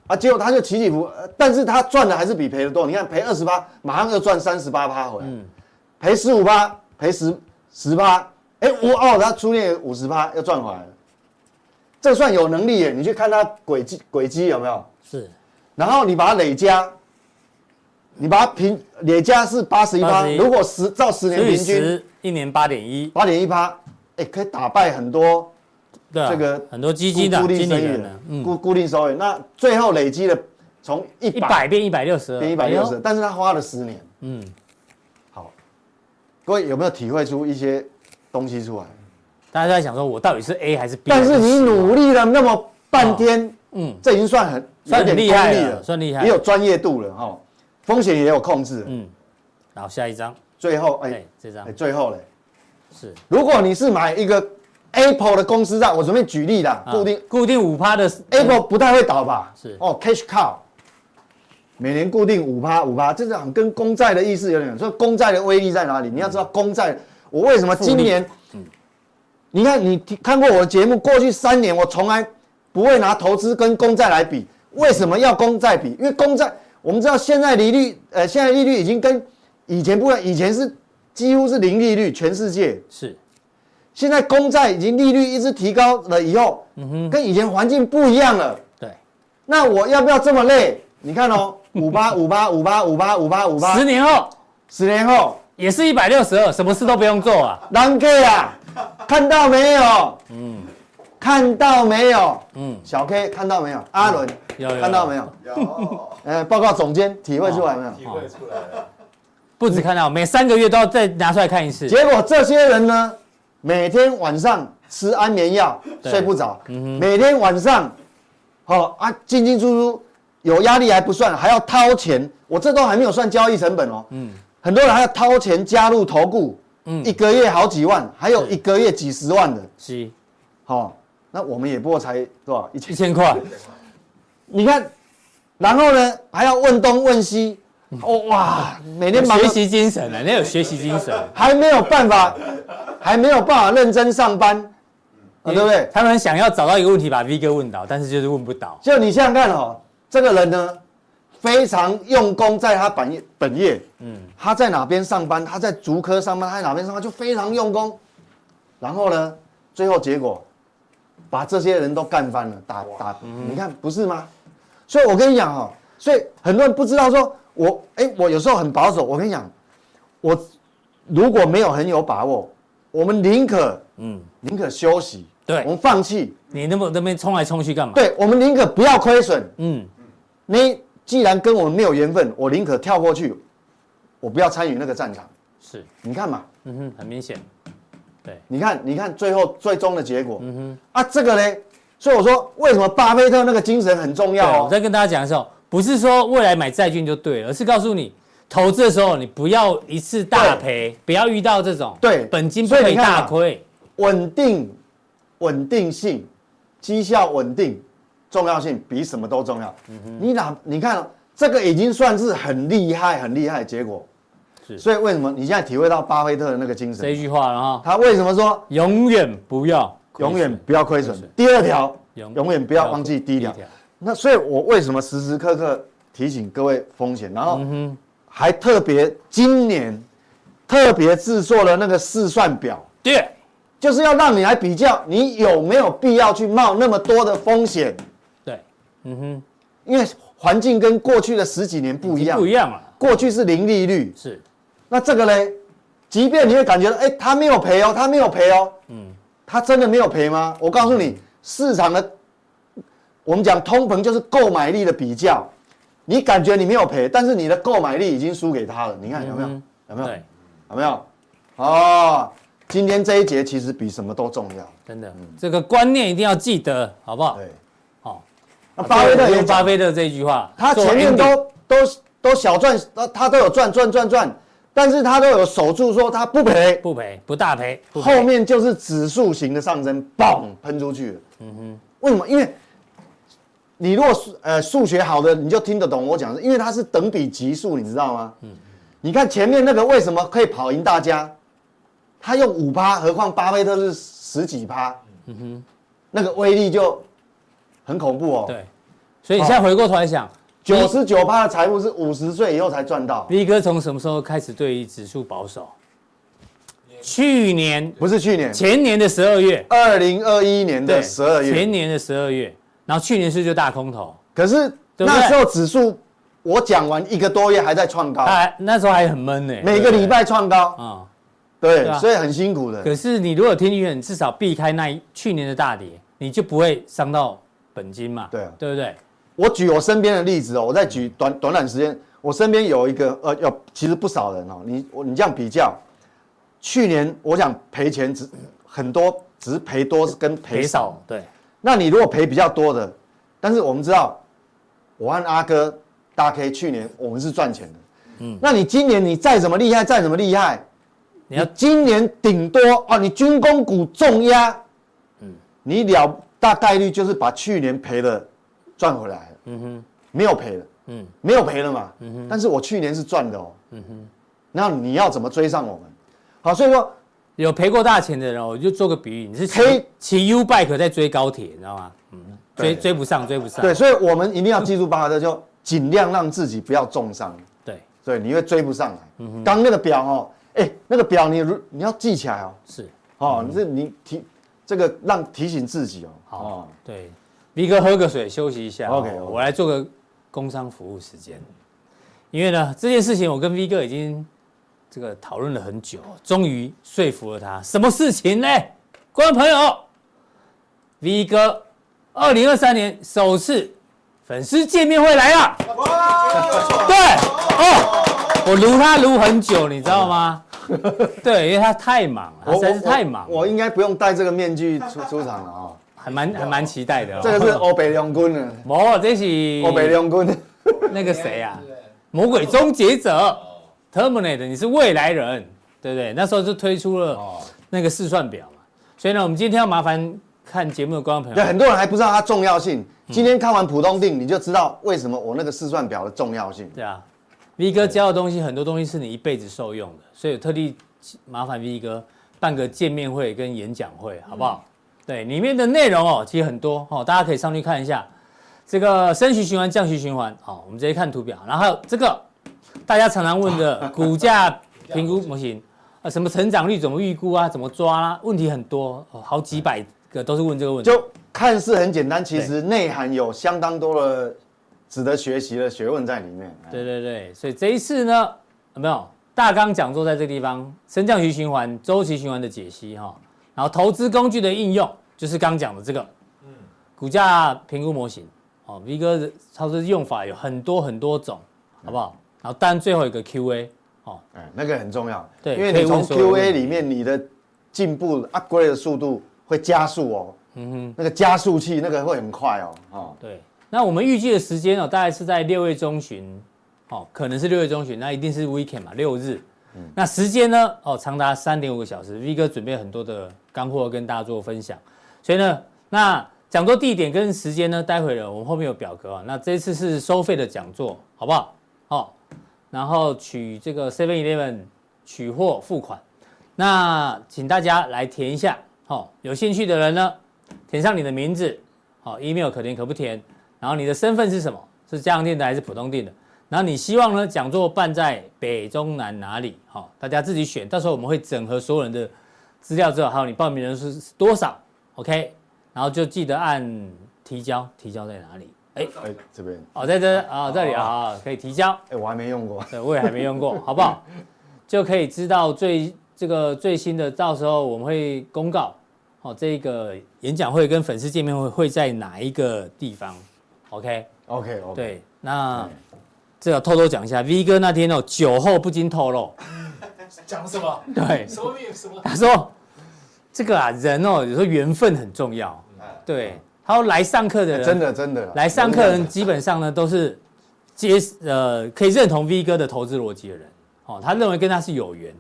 S1: 啊，结果他就起起伏，呃但是他赚的还是比赔的多。你看赔二十八，马上又赚三十八趴回来，赔十五趴，赔十十趴，哎，我哦，他初恋五十趴又赚回来了，这算有能力耶！你去看他轨迹轨迹有没有？
S2: 是
S1: 然后你把它累加，你把它平累加是八十一趴，
S2: 81
S1: 如果十照十年
S2: 所以
S1: 平均
S2: 十一年八点一，
S1: 八点一趴，哎，可以打败很多
S2: 对啊，
S1: 这个
S2: 很多基
S1: 固
S2: 金的啊
S1: 固定
S2: 经
S1: 生
S2: 理
S1: 意
S2: 人呢
S1: 人，
S2: 嗯，
S1: 固固定收益。那最后累积了从一
S2: 一
S1: 百
S2: 百变一百六十，
S1: 变一百六
S2: 哎
S1: 十
S2: 呦，，
S1: 但是他花了十年。
S2: 嗯，
S1: 好，各位有没有体会出一些东西出来？
S2: 大家在想说我到底是 A 还是 B？
S1: 但是你努力了那么半天，
S2: 啊嗯，
S1: 这已经算很
S2: 算很
S1: 有点
S2: 厉害
S1: 功力
S2: 了算厉害
S1: 也有专业度了哈，风险也有控制了。
S2: 嗯，然后下一张，
S1: 最后哎
S2: 哎，这张
S1: 哎，最后嘞，
S2: 是
S1: 如果你是买一个 Apple 的公司债，我准备举例啦，
S2: 啊
S1: 固定
S2: 固定五趴的
S1: Apple 不太会倒吧？
S2: 是
S1: 哦，cash cow，每年固定五趴五趴，这种跟公债的意思有点，所以公债的威力在哪里？你要知
S2: 嗯
S1: 道公债，我为什么今年，你看你听看过我的节目，过去三年我从来不会拿投资跟公债来比，为什么要公债比？因为公债我们知道现在利率，呃，现在利率已经跟以前不一样，以前是几乎是零利率，全世界。
S2: 是
S1: 现在公债已经利率一直提高了以后，
S2: 嗯
S1: 跟以前环境不一样了。
S2: 对，
S1: 那我要不要这么累？你看哦，五八五八五八五八五八五八，
S2: 十年后
S1: 十年后，
S2: 也是一百六十二，什么事都不用做啊，
S1: 狼哥啊，看到没有？嗯，看到没有？
S2: 嗯，
S1: 小 K 看到没有？阿伦
S2: 有有
S1: 看到没有？
S3: 有
S1: 呃，报告总监体会出来没
S2: 哦
S1: 有？
S3: 体会出来 了，
S2: 不止看到，每三个月都要再拿出来看一次，
S1: 结果这些人呢，每天晚上吃安眠药
S2: 对嗯
S1: 睡不着，每天晚上，哦啊进进出出，有压力还不算，还要掏钱，我这都还没有算交易成本哦。嗯，很多人还要掏钱加入投顾，
S2: 嗯
S1: 一个月好几万，还有一个月几十万的，
S2: 是
S1: 哦，那我们也不过才多少一
S2: 一
S1: 千，
S2: 千块，
S1: 你看，然后呢还要问东问西，哦哇，每天忙得
S2: 学习精神啊，那有学习精神，
S1: 还没有办法，还没有办法认真上班，啊，对不对？
S2: 他们想要找到一个问题把 V 哥问倒，但是就是问不倒，
S1: 就你想想看哦，这个人呢，非常用功在他本业本业，嗯，他在哪边上班，他在竹科上班，他在哪边上班就非常用功，然后呢，最后结果把这些人都干翻了，打打，你看不是吗？所以我跟你讲哦，所以很多人不知道说，我哎，我有时候很保守，我跟你讲，我如果没有很有把握，我们宁可
S2: 嗯，
S1: 宁可休息，
S2: 对
S1: 我们放弃，
S2: 你那么那边冲来冲去干嘛？，
S1: 对我们宁可不要亏损。
S2: 嗯，
S1: 你既然跟我们没有缘分，我宁可跳过去，我不要参与那个战场。
S2: 是，
S1: 你看嘛，
S2: 嗯哼，很明显，对，
S1: 你看，你看最后最终的结果，嗯哼，啊，这个呢，所以我说为什么巴菲特那个精神很重
S2: 对啊
S1: 要
S2: 我
S1: 哦，
S2: 在跟大家讲的时候，不是说未来买债券就对了，而是告诉你，投资的时候你不要一次大赔，不要遇到这种
S1: 对
S2: 本金不可以大亏，
S1: 稳定、稳定性、绩效稳定重要性比什么都重要。嗯哼，你哪你看、哦、这个已经算是很厉害、很厉害的结果，
S2: 是
S1: 所以为什么你现在体会到巴菲特的那个精
S2: 这一
S1: 神？
S2: 句话了哈，
S1: 他为什么说
S2: 永远不要亏损，
S1: 永远不要亏损
S2: 亏损？
S1: 第二条，
S2: 永
S1: 永远不要忘记第一条。那所以，我为什么时时刻刻提醒各位风险，然后还特别今年特别制作了那个试算表，
S2: 对，
S1: 就是要让你来比较，你有没有必要去冒那么多的风险？
S2: 对，嗯哼，
S1: 因为环境跟过去的十几年不一样，
S2: 不一样了，
S1: 过去是零利率，
S2: 是
S1: 那这个嘞，即便你会感觉到，哎、他没有赔哦，他没有赔哦，嗯，他真的没有赔吗？我告诉你，
S2: 嗯
S1: 市场的，我们讲通膨就是购买力的比较，你感觉你没有赔，但是你的购买力已经输给他了，你看有没有？
S2: 嗯
S1: 有没有？
S2: 对，
S1: 有没有？哦，今天这一节其实比什么都重要，
S2: 真的，这个观念一定要记得，好不好？
S1: 嗯对，
S2: 好，啊
S1: 那巴菲特
S2: 我
S1: 也
S2: 用巴
S1: 讲，
S2: 菲特这一句话，
S1: 他
S2: 做
S1: 前面
S2: ending
S1: 都都都小赚，他他都有赚赚赚赚，但是他都有守住说他不赔，
S2: 不赔，不大赔，不赔
S1: 后面就是指数型的上升，嘣喷出去了。嗯哼，为什么？因为你如果数呃数学好的，你就听得懂我讲的，因为它是等比级数，你知道吗？嗯，你看前面那个为什么可以跑赢大家？他用五趴，何况巴菲特是十几趴，嗯哼，那个威力就很恐怖哦。
S2: 对，所以你现在回过头来想，
S1: 九十九趴的财富是五十岁以后才赚到，
S2: V 哥从什么时候开始对于指数保守？去年、
S1: 不是去年，
S2: 前年的十二月，
S1: 二零二一年的十二月，
S2: 前年的十二月，然后去年是不是就大空头，
S1: 可是
S2: 对不对
S1: 那时候指数我讲完一个多月还在创高，
S2: 哎，那时候还很闷呢、
S1: 每个礼拜创高，
S2: 啊、
S1: 对
S2: 对啊，
S1: 所以很辛苦的。
S2: 可是你如果听远，至少避开那一去年的大跌，你就不会伤到本金嘛。
S1: 对啊
S2: 对不对？
S1: 我举我身边的例子哦，我再举短短短时间，我身边有一个呃，有其实不少人哦，你我你这样比较，去年我想赔钱只很多，只是赔多跟赔少。，
S2: 对，
S1: 那你如果赔比较多的，但是我们知道，我和阿哥大 K 去年我们是赚钱的，嗯，那你今年你再怎么厉害，再怎么厉害，
S2: 你要
S1: 你今年顶多啊，你军工股重压，嗯，你了大概率就是把去年赔的赚回来，嗯哼，没有赔了，
S2: 嗯
S1: 嗯，没有赔了嘛，嗯哼，但是我去年是赚的哦，嗯哼，那你要怎么追上我们？好，所以说
S2: 有赔过大钱的人哦，我就做个比喻，你是骑
S1: 赔
S2: 骑 U bike 在追高铁，你知道吗？嗯，
S1: 对
S2: 追追不上，追不上。
S1: 对，所以我们一定要记住巴菲特，就尽量让自己不要重伤，
S2: 对，
S1: 对，你会追不上来。刚、刚那个表哦，哎、那个表你如你要记起来哦，
S2: 是
S1: 哦，你这你提这个让提醒自己哦。
S2: 嗯好、
S1: 哦，
S2: 对。V 哥喝个水休息一下哦
S1: OK，OK
S2: 我来做个工商服务时间。因为呢，这件事情我跟 V 哥已经这个讨论了很久，终于说服了他。什么事情呢？观众朋友，V 哥二零二三年首次粉丝见面会来了。对哦，我撸他撸很久，你知 道吗？对，因为他太忙了，他实在是太忙了
S1: 我我应该不用戴这个面具出 出场了哦。
S2: 还蛮还蛮期待的、哦。
S1: 这个是欧北两军的，
S2: 没，这
S1: 欧北
S2: 是
S1: 两军的。
S2: 那个谁啊
S3: 对不，对
S2: 魔鬼终结者 Terminator，你是未来人，对不对？那时候就推出了
S3: 哦，
S2: 那个试算表嘛。所以呢，我们今天要麻烦看节目的观众朋
S1: 对，
S2: 友，
S1: 很多人还不知道它重要性。今天看完浦东定，你就知道为什么我那个试算表的重要性。
S2: 对啊，V 哥教的东西很多东西是你一辈子受用的，所以我特地麻烦 V 哥办个见面会跟演讲会，好不好？对，里面的内容哦，其实很多哦，大家可以上去看一下。这个升息循环、降息循环，好、我们直接看图表。然后还有这个大家常常问 的股价评估模型，啊，什么成长率怎么预估啊，怎么抓啦、问题很多、哦，好几百个都是问这个问题。
S1: 就看似很简单，其实内涵有相当多的值得学习的学问在里面。
S2: 对对对，所以这一次呢，有没有大纲讲座在这个地方，升降息循环、周期循环的解析哈、然后投资工具的应用，就是刚讲的这个，股价评估模型哦，V 哥的操作用法有很多很多种，好不好？然后当然最后一个 QA 哦，
S1: 哎，那个很重要，
S2: 对
S1: 因为
S2: 可以
S1: 你从
S2: 问所有问
S1: QA
S2: 题
S1: 里面你的进步 upgrade 的速度会加速哦，嗯哼，那个加速器那个会很快哦，哦，
S2: 对，那我们预计的时间哦，大概是在六月中旬，哦，可能是六月中旬，那一定是 weekend 嘛，六日。那时间呢，哦，长达三点五个小时，V 哥准备很多的干货跟大家做分享，所以呢，那讲座地点跟时间呢，待会了我们后面有表格啊、那这次是收费的讲座，好不好？哦，然后取这个 Seven Eleven 取货付款，那请大家来填一下，哦，有兴趣的人呢，填上你的名字，好、e m a i l 可填可不填，然后你的身份是什么？是家用电的还是普通电的？然后你希望呢讲座办在北中南哪里？好、大家自己选，到时候我们会整合所有人的资料之后，还有你报名人数是多少？OK，然后就记得按提交，提交在哪里？哎，
S1: 哎，这边，
S2: 哦，在这啊、这里啊、可以提交。
S1: 哎，我还没用过，
S2: 对，我也还没用过，好不好？就可以知道最这个最新的，到时候我们会公告，好、这个演讲会跟粉丝见面会会在哪一个地方？OK，
S1: ，OK OK，，
S2: 对，那这个偷偷讲一下，V 哥那天哦，酒后不经透露，
S3: 讲什么？
S2: 对，
S3: 什么命？什么？
S2: 他说这个啊，人哦，有时候缘分很重要，
S3: 嗯
S2: 对，他说来上课的人
S1: 哎
S2: 哦
S1: 啊真的真的
S2: 来上课的人基本上呢都是接呃可以认同 V 哥的投资逻辑的人，哦，他认为跟他是有缘。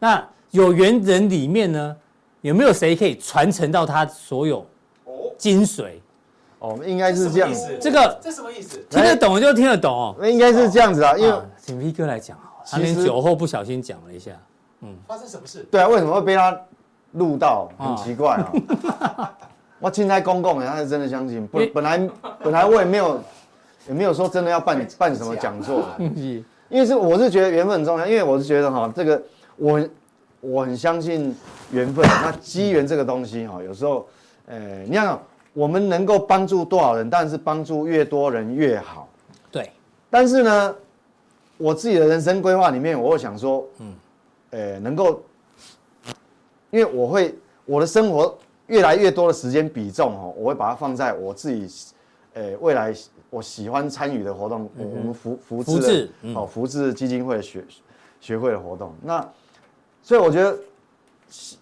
S2: 那有缘人里面呢，有没有谁可以传承到他所有
S3: 哦，
S2: 精髓？
S1: 哦，我们应该是这样
S3: 什么意，思
S2: 这个
S3: 这什么意思？
S2: 听得懂就听得懂哦。
S1: 应该是这样子啊，因为
S2: 啊请 V 哥来讲好了，他
S1: 其
S2: 连
S1: 实
S2: 酒后不小心讲了一下，嗯
S3: 发生什么事？
S1: 对啊，为什么会被他录到，
S2: 啊
S1: 很奇怪啊。 我钦差公共的，他是真的相信，
S2: 因
S1: 本
S2: 为
S1: 本来本来我也没有也没有说真的要办办什么讲座啊。
S2: 嗯
S1: 因为是我是觉得缘分很重要，因为我是觉得哈，这个我很我很相信缘分，那机缘这个东西哈，有时候，呃，你看哦我们能够帮助多少人，当然是帮助越多人越好。
S2: 对，
S1: 但是呢，我自己的人生规划里面，我会想说，嗯，呃，能够，因为我会我的生活越来越多的时间比重哦，我会把它放在我自己，呃，未来我喜欢参与的活动，我我们福福
S2: 福
S1: 智
S2: 智
S1: 的
S2: 嗯
S1: 哦福智基金会的学学会的活动，那所以我觉得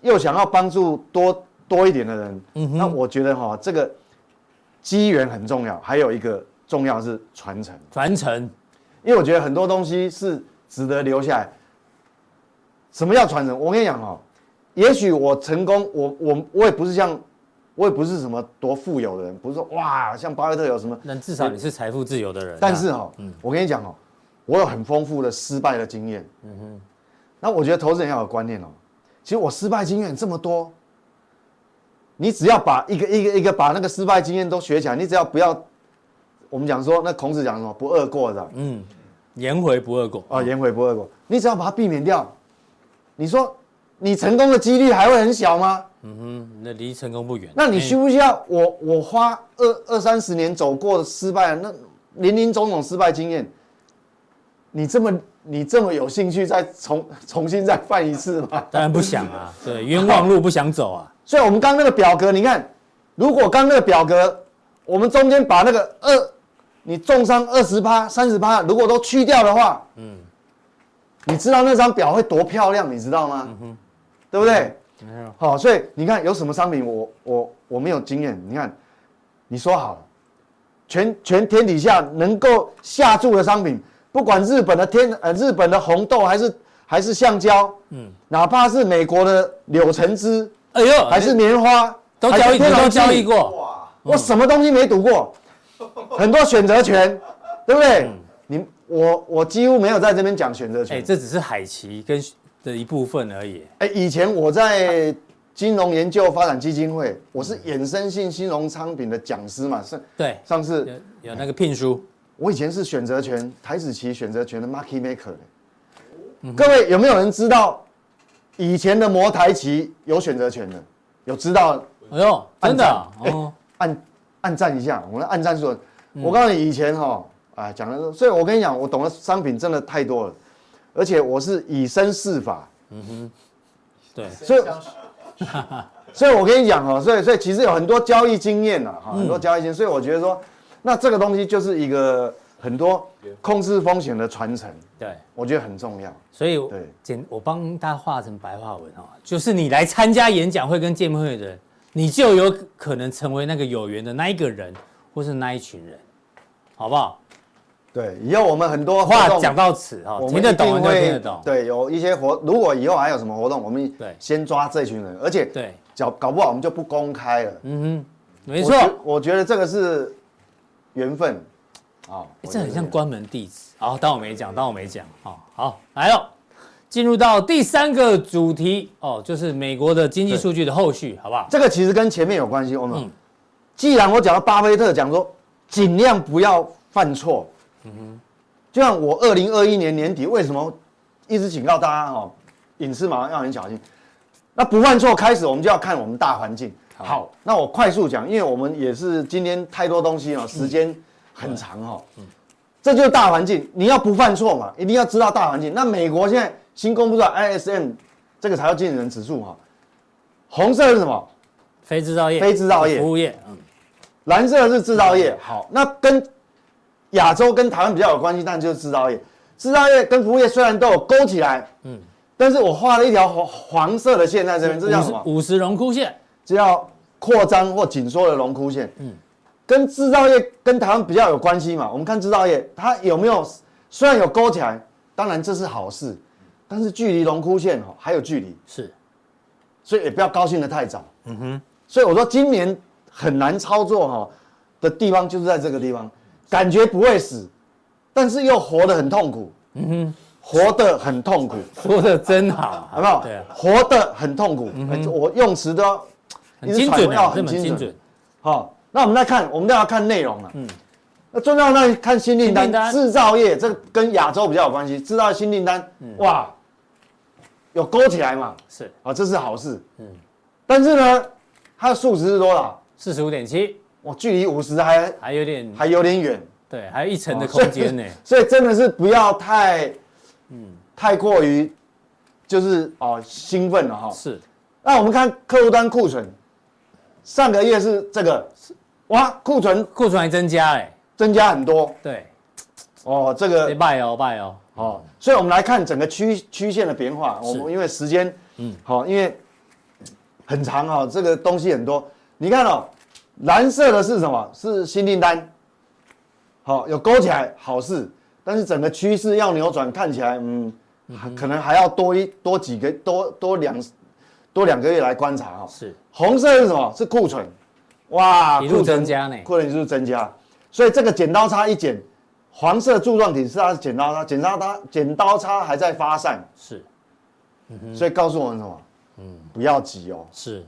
S1: 又想要帮助多多一点的人，那我觉得哈、这个机缘很重要，还有一个重要是传承。
S2: 传承，
S1: 因为我觉得很多东西是值得留下来。什么叫传承？我跟你讲哦，也许我成功，我我我也不是像，我也不是什么多富有的人，不是说哇像巴菲特有什么，
S2: 那至少你是财富自由的人啊。
S1: 但是哦，我跟你讲哦，我有很丰富的失败的经验。嗯哼，那我觉得投资人要有观念哦，其实我失败经验这么多，你只要把一个一个一个把那个失败经验都学起来，你只要不要，我们讲说那孔子讲什么不贰过的，
S2: 嗯，颜回不二狗，
S1: 哦，颜回不二果，你只要把它避免掉，你说你成功的几率还会很小吗？
S2: 嗯哼，那离成功不远。
S1: 那你
S2: 哎
S1: 需不需要我我花二二三十年走过的失败，那林林总总失败经验，你这么你这么有兴趣再重重新再犯一次吗？
S2: 当然不想啊， 对，冤枉路不想走啊。
S1: 所以我们刚那个表格，你看，如果刚那个表格，我们中间把那个二，你重伤二十趴、三十趴，如果都去掉的话，嗯，你知道那张表会多漂亮，你知道吗？对不对？好，所以你看有什么商品我我我没有经验，你看，你说好了，全全天底下能够下注的商品，不管日本的天呃日本的红豆还是还是橡胶，嗯，哪怕是美国的柳橙汁，
S2: 哎呦，
S1: 还是棉花，
S2: 都
S1: 还是
S2: 交易，你
S1: 天然
S2: 都
S1: 气
S2: 交易，过，嗯
S3: 哇，
S1: 我什么东西没赌过，很多选择权，对不对？你我我几乎没有在这边讲选择
S2: 嗯哎，
S1: 权。
S2: 这只是海奇跟的一部分而已。
S1: 哎，以前我在金融研究发展基金会，我是衍生性金融商品的讲师嘛，上
S2: 对，
S1: 上次
S2: 有有那个聘书，
S1: 我以前是选择权台子棋选择权的 market maker
S2: 嗯
S1: 呢各位有没有人知道以前的摩台棋有选择权的？有知道
S2: 哎呦，真的啊
S1: 按赞
S2: 哦，
S1: 按按赞一下，我们按赞说，
S2: 嗯
S1: 我告诉你以前哈，啊讲的，所以我跟你讲，我懂的商品真的太多了，而且我是以身试法，
S2: 嗯对，
S1: 所以
S3: 相识
S1: 所以我跟你讲哈，所以所以其实有很多交易经验呐，
S2: 嗯
S1: 哈，很多交易经验，所以我觉得说，那这个东西就是一个很多
S2: 嗯
S1: 控制风险的传承，
S2: 对。
S1: 我觉得很重要。
S2: 所以我
S1: 对
S2: 简我帮他画成白话文哦，就是你来参加演讲会跟见面会的人，你就有可能成为那个有缘的那一个人，或是那一群人，好不好？
S1: 对，以后我们很多活
S2: 话
S1: 动
S2: 讲到此哈、
S1: 我们
S2: 哦，听
S1: 一
S2: 得
S1: 定
S2: 懂的就
S1: 会
S2: 听得懂，
S1: 对，有一些活，如果以后还有什么活动，我们
S2: 对
S1: 先抓这群人，而且
S2: 对，
S1: 搞搞不好我们就不公开了。
S2: 嗯哼，没
S1: 我
S2: 错，
S1: 觉我觉得这个是缘分啊、
S2: 欸
S1: 我
S2: 这
S1: 觉得
S2: 很像关门弟子。好，当我没讲，当我没讲。好，好，来了，进入到第三个主题哦，就是美国的经济数据的后续，好不好？
S1: 这个其实跟前面有关系。我们、
S2: 嗯
S1: 既然我讲到巴菲特讲说，尽量不要犯错，就像我二零二一年年底为什么一直警告大家哦，隐私马上要很小心。那不犯错开始，我们就要看我们大环境。好，那我快速讲，因为我们也是今天太多东西了，时间很长哈、哦。
S2: 嗯
S1: 这就是大环境，你要不犯错嘛，一定要知道大环境。那美国现在新公布出来 ISM 这个材料经理人指数哈、红色是什么？
S2: 非制造业、
S1: 非制造业
S2: 服务业，嗯，
S1: 蓝色是制造业。好，那跟亚洲跟台湾比较有关系，但就是制造业。制造业跟服务业虽然都有勾起来，嗯，但是我画了一条黄黄色的线在这边，这叫什么？
S2: 五十荣枯线，
S1: 这叫扩张或紧缩的荣枯线。嗯，跟制造业跟台湾比较有关系嘛。我们看制造业，它有没有虽然有勾起来，当然这是好事，但是距离荣枯线哦还有距离。
S2: 是
S1: 所以也不要高兴得太早。嗯哼，所以我说今年很难操作哈、的地方就是在这个地方，感觉不会死，但是又活得很痛苦。嗯哼，活得很痛苦，
S2: 说的真好，
S1: 好不好？
S2: 对啊，嗯
S1: 活得很痛苦。哎我用词都要
S2: 很精准
S1: 要
S2: 啊，这
S1: 很
S2: 么
S1: 精
S2: 精
S1: 准
S2: 准。。
S1: 好、那我们再看，我们都要看内容了。嗯，那最重要那看新订
S2: 新订
S1: 单，
S2: 单
S1: 制造业这个跟亚洲比较有关系。制造业新订单，
S2: 嗯
S1: 哇，有勾起来嘛？
S2: 是
S1: 啊，这是好事。嗯，但是呢，它的数值是多少？
S2: 四十五点七，
S1: 我距离五十还
S2: 还有点
S1: 还有点远。哦
S2: 对，还有一层的空 间呢。
S1: 所以真的是不要太，嗯，太过于就是哦兴奋了哈、
S2: 是，
S1: 那我们看客户端库存，上个月是这个，哇，库存
S2: 库存还增加哎，
S1: 增加很多
S2: 对，
S1: 哦，这
S2: 得
S1: 个
S2: 拜哦拜哦，
S1: 哦，所以我们来看整个区曲线的变化。我们因为时间，嗯，好、因为很长哦，这个东西很多。你看哦，蓝色的是什么？是新订单，好、有勾起来好事，但是整个趋势要扭转，看起来嗯，还可能还要多一多几个多多两多两个月来观察哦。
S2: 是
S1: 红色是什么？是库存，哇，
S2: 一路
S1: 库存
S2: 增加呢
S1: 啊库存一路增加，所以这个剪刀差一剪，黄色柱状体是它的剪刀差，剪刀差剪刀差还在发散，
S2: 是嗯
S1: 所以告诉我们什么？不要急哦，
S2: 是，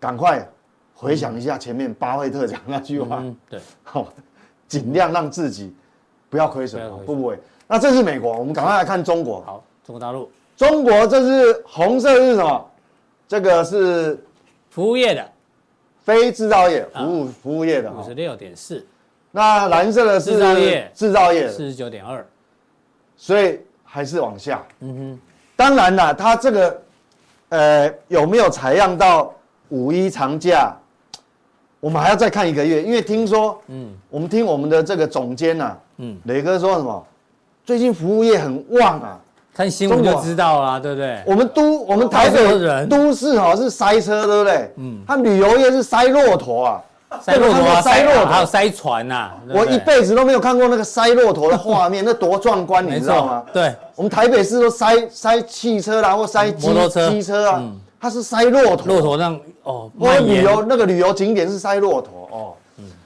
S1: 赶快回想一下前面巴菲特讲那句话，
S2: 嗯，对，
S1: 好、尽量让自己不要亏损
S2: 不要
S1: 哦，
S2: 亏
S1: 不
S2: 损
S1: 不会。那这是美国，我们赶快来看中国。
S2: 好，中国大陆
S1: 中国这是红色是什么？这个是
S2: 服务业的
S1: 非制造业、
S2: 啊
S1: 服务、服务业的、
S2: 五
S1: 哦
S2: 十。六点四，
S1: 那蓝色的是
S2: 制造业
S1: 制造业，
S2: 四十九点二，
S1: 所以还是往下。
S2: 嗯哼，
S1: 当然啦，它这个呃有没有采样到五一长假，我们还要再看一个月，因为听说，嗯，我们听我们的这个总监呐、
S2: 嗯
S1: 嗯，磊哥说什么，最近服务业很旺啊，
S2: 看新闻
S1: 中啊
S2: 就
S1: 国
S2: 知道啦，对不对？
S1: 我们都我们台
S2: 好多
S1: 北
S2: 人
S1: 都市哈、是塞车，对不对？嗯，他旅游业是塞骆驼啊。
S2: 塞骆驼啊，
S1: 这个看过塞
S2: 塞
S1: 骆驼
S2: 还有塞船呐，对不
S1: 我
S2: 对
S1: 一辈子都没有看过那个塞骆驼的画面，那多壮观，你
S2: 没
S1: 知道吗
S2: 错？，对，
S1: 我们台北市都塞塞汽车啦，或塞机
S2: 嗯摩托车嗯
S1: 机车啊，它是塞骆驼，
S2: 骆驼让哦
S1: 或者
S2: 蔓
S1: 旅
S2: 延，
S1: 游那个旅游景点是塞骆驼哦。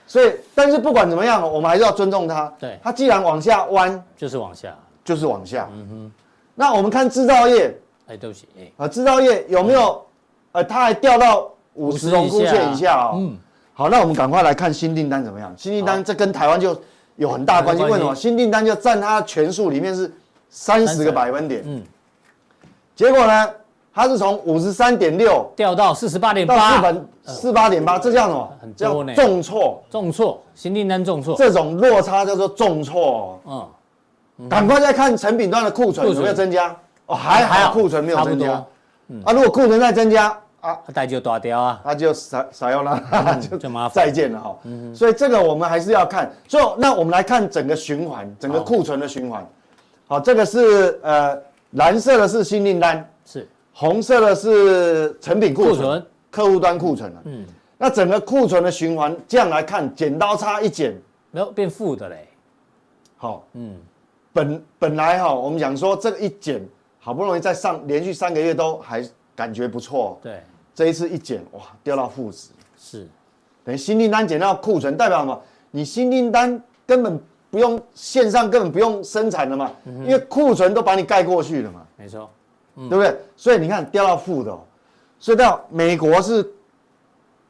S1: 所以，但是不管怎么样，我们还是要尊重它。
S2: 嗯对
S1: 它既然往下弯，
S2: 就是往下，
S1: 就是往下。
S2: 嗯
S1: 那我们看制造业
S2: 哎，对不起，哎，
S1: 啊，制造业有没
S2: 哦
S1: 有？呃，它还掉到五十荣枯线以下哦。
S2: 嗯，
S1: 好，那我们赶快来看新订单怎么样？新订
S2: 好
S1: 单这跟台湾就有很大关系。
S2: 有
S1: 为
S2: 关系
S1: 什么？新订单就占它的全数里面是三十个百分点。
S2: 嗯
S1: 嗯，结果呢，它是从五十三点六
S2: 掉到四十八点
S1: 到
S2: 八，
S1: 四本四八点八，这叫什么
S2: 很？多
S1: 叫
S2: 呢
S1: 重挫。
S2: 重挫，新订单重挫，
S1: 这种落差叫做重挫
S2: 嗯，
S1: 哦。赶快再看成品端的库存
S2: 库存
S1: 有没有增加？哦，还
S2: 还好
S1: 好库存没有增
S2: 差
S1: 加
S2: 不。
S1: 啊，如果库存再增加啊，
S2: 大就大掉啊，
S1: 那就撒撒要啦， 就
S2: 就麻烦
S1: 再见了哈。所以这个我们还是要看。所以那我们来看整个循环，整个
S2: 好
S1: 库存的循环。好，这个是呃蓝色的是新订单，
S2: 是
S1: 红色的是成品库
S2: 库
S1: 存，
S2: 存
S1: 客户端库存了。嗯，那整个库存的循环这样来看，剪刀差一剪，
S2: 没有变负的嘞，
S1: 好，嗯，本本来哈，我们讲说这个一减，好不容易在上连续三个月都还感觉不错，
S2: 对，
S1: 这一次一减，哇，掉到负值，
S2: 是
S1: 等于新订单减到库存，代表什么？你新订单根本不用线上，根本不用生产了嘛，
S2: 嗯
S1: 因为库存都把你盖过去了嘛，
S2: 没错，
S1: 对不对？所以你看掉到负的、哦，所以到美国是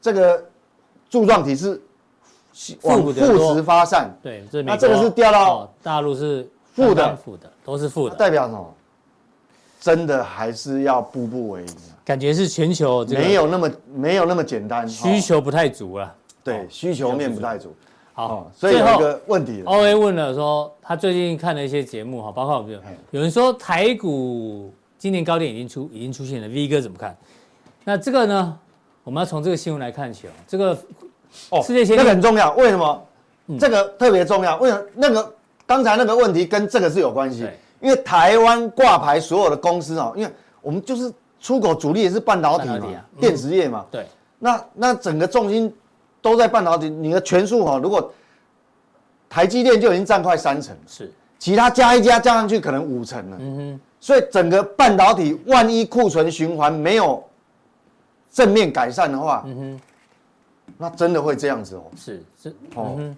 S1: 这个柱状体是往
S2: 负
S1: 负
S2: 的多
S1: 值发散，
S2: 对，这美
S1: 那这个
S2: 国
S1: 是掉到
S2: 哦大陆是
S1: 负的啊
S2: 刚刚负的都是负的，
S1: 代表什么？真的还是要步步为营啊，
S2: 感觉是全球这个
S1: 没有那么没有那么简单。
S2: 需
S1: 哦
S2: 求不太足了。
S1: 对需求面不太足，哦
S2: 好，
S1: 所以
S2: 哦最
S1: 有
S2: 后
S1: 一个问题了
S2: O A 问了说，他最近看了一些节目哈，包括我们有
S1: 嘿
S2: 有人说台股今年高点已经出已经出现了，V 哥怎么看？那这个呢，我们要从这个新闻来看起哦。这个
S1: 哦
S2: 世界先进嗯
S1: 那个很重要，为什么？这个特别重要，为什么？那个刚才那个问题跟这个是有关系
S2: 对，
S1: 因为台湾挂牌所有的公司哦，因为我们就是出口主力也是半导体嘛
S2: 半导体啊，嗯
S1: 电子业嘛，
S2: 对
S1: 那那整个重心都在半导体，你的权数哦哈，如果台积电就已经占快三成了。
S2: 是，
S1: 其他加一加加上去可能五成了。
S2: 嗯
S1: 所以整个半导体万一库存循环没有正面改善的话，
S2: 嗯
S1: 那真的会这样子哦。
S2: 哼，是是
S1: 哦，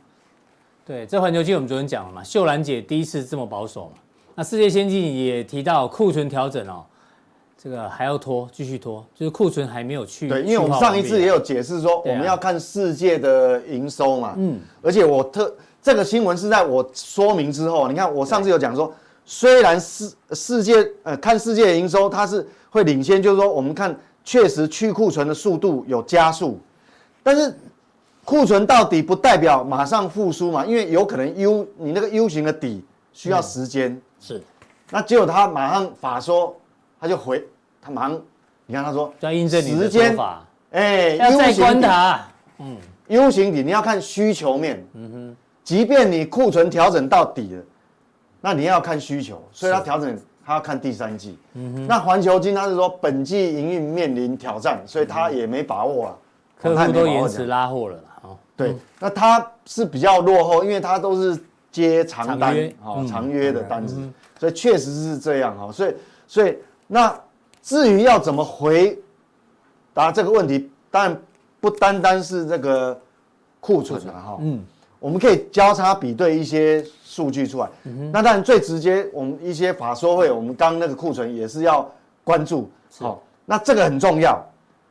S2: 对，这环球金我们昨天讲了嘛，秀兰姐第一次这么保守嘛。那世界先进也提到库存调整哦，这个还要拖，继续拖，就是库存还没有嗯去。
S1: 对，因为我们上一次也有解释说，
S2: 对
S1: 我
S2: 啊
S1: 们要看世界的营收嘛。嗯，而且我特这个新闻是在我说明之后，你看我上次有讲说，虽然世世界呃看世界的营收它是会领先，就是说我们看确实去库存的速度有加速，但是库存到底不代表马上复苏嘛，因为有可能 U 你那个 U 型的底需要时间。
S2: 是，
S1: 那结果他马上法说，他就回，他马上，你看他说，
S2: 就要印证你的
S1: 时
S2: 说
S1: 间，
S2: 法，
S1: 哎、
S2: 要
S1: U
S2: 再
S1: 型
S2: 观
S1: 底
S2: 察。
S1: ，U 型底你要看需求面，嗯哼，即便你库存调整到底了，那你要看需求，所以它调整它要看第三季，嗯哼，那环球金它是说本季营运面临挑战，所以它也没把握了，
S2: 嗯客
S1: 它也
S2: 户
S1: 没
S2: 都
S1: 把握
S2: 延
S1: 讲
S2: 迟拉货了啦，哦，
S1: 对，那它是比较落后，因为它都是接长
S2: 长
S1: 单
S2: 约，
S1: 哦
S2: 嗯，
S1: 长约的单子，所以确实是这样哈。所以，所以那至于要怎么回答这个问题，当然不单单是这个库存了哈，嗯，我们可以交叉比对一些数据出来。
S2: 嗯
S1: 那当然最直接，我们一些法说会，我们刚那个库存也是要关注，好，那这个很重要。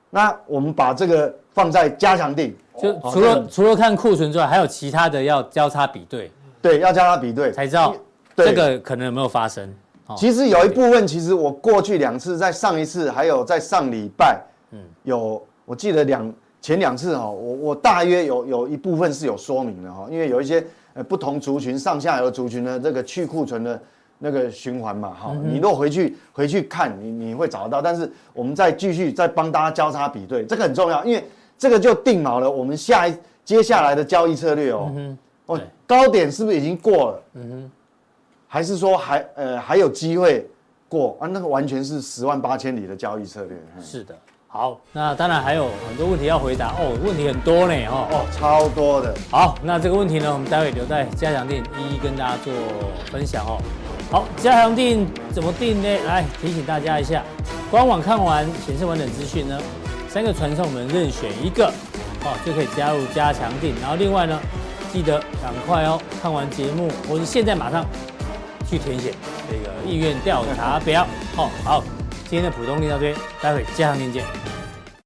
S1: 那我们把这个放在加强定，
S2: 就
S1: 哦
S2: 除
S1: 这
S2: 了
S1: 个
S2: 除了看库存之外，还有其他的要交叉比对，
S1: 对，要加他比对
S2: 才知道
S1: 对
S2: 这个可能有没有发生。哦
S1: 其实有一部分，其实我过去两次，在上一次还有在上礼拜，嗯，有我记得两前两次哈、我我大约有有一部分是有说明的哈、因为有一些呃不同族群上下游族群的这个去库存的那个循环嘛
S2: 嗯
S1: 哈、你若回去回去看，你你会找得到，但是我们再继续再帮大家交叉比对，这个很重要，因为这个就定锚了我们下一接下来的交易策略哦，哦
S2: 嗯对
S1: 高点是不是已经过了？还是说还呃还有机会过啊？那个完全是十万八千里的交易策略，嗯
S2: 是的，好，那当然还有很多问题要回答哦，问题很多呢哦。
S1: 哦，超多的。
S2: 好，那这个问题呢，我们待会留在加强店一一跟大家做分享哦。好，加强店怎么定呢？来提醒大家一下，官网看完显示完整资讯呢，三个传送门任选一个哦，就可以加入加强店。然后另外呢，记得赶快哦，看完节目或是现在马上去填写这个意愿调查表。哦，好，今天的浦东店到这边，待会加强店见。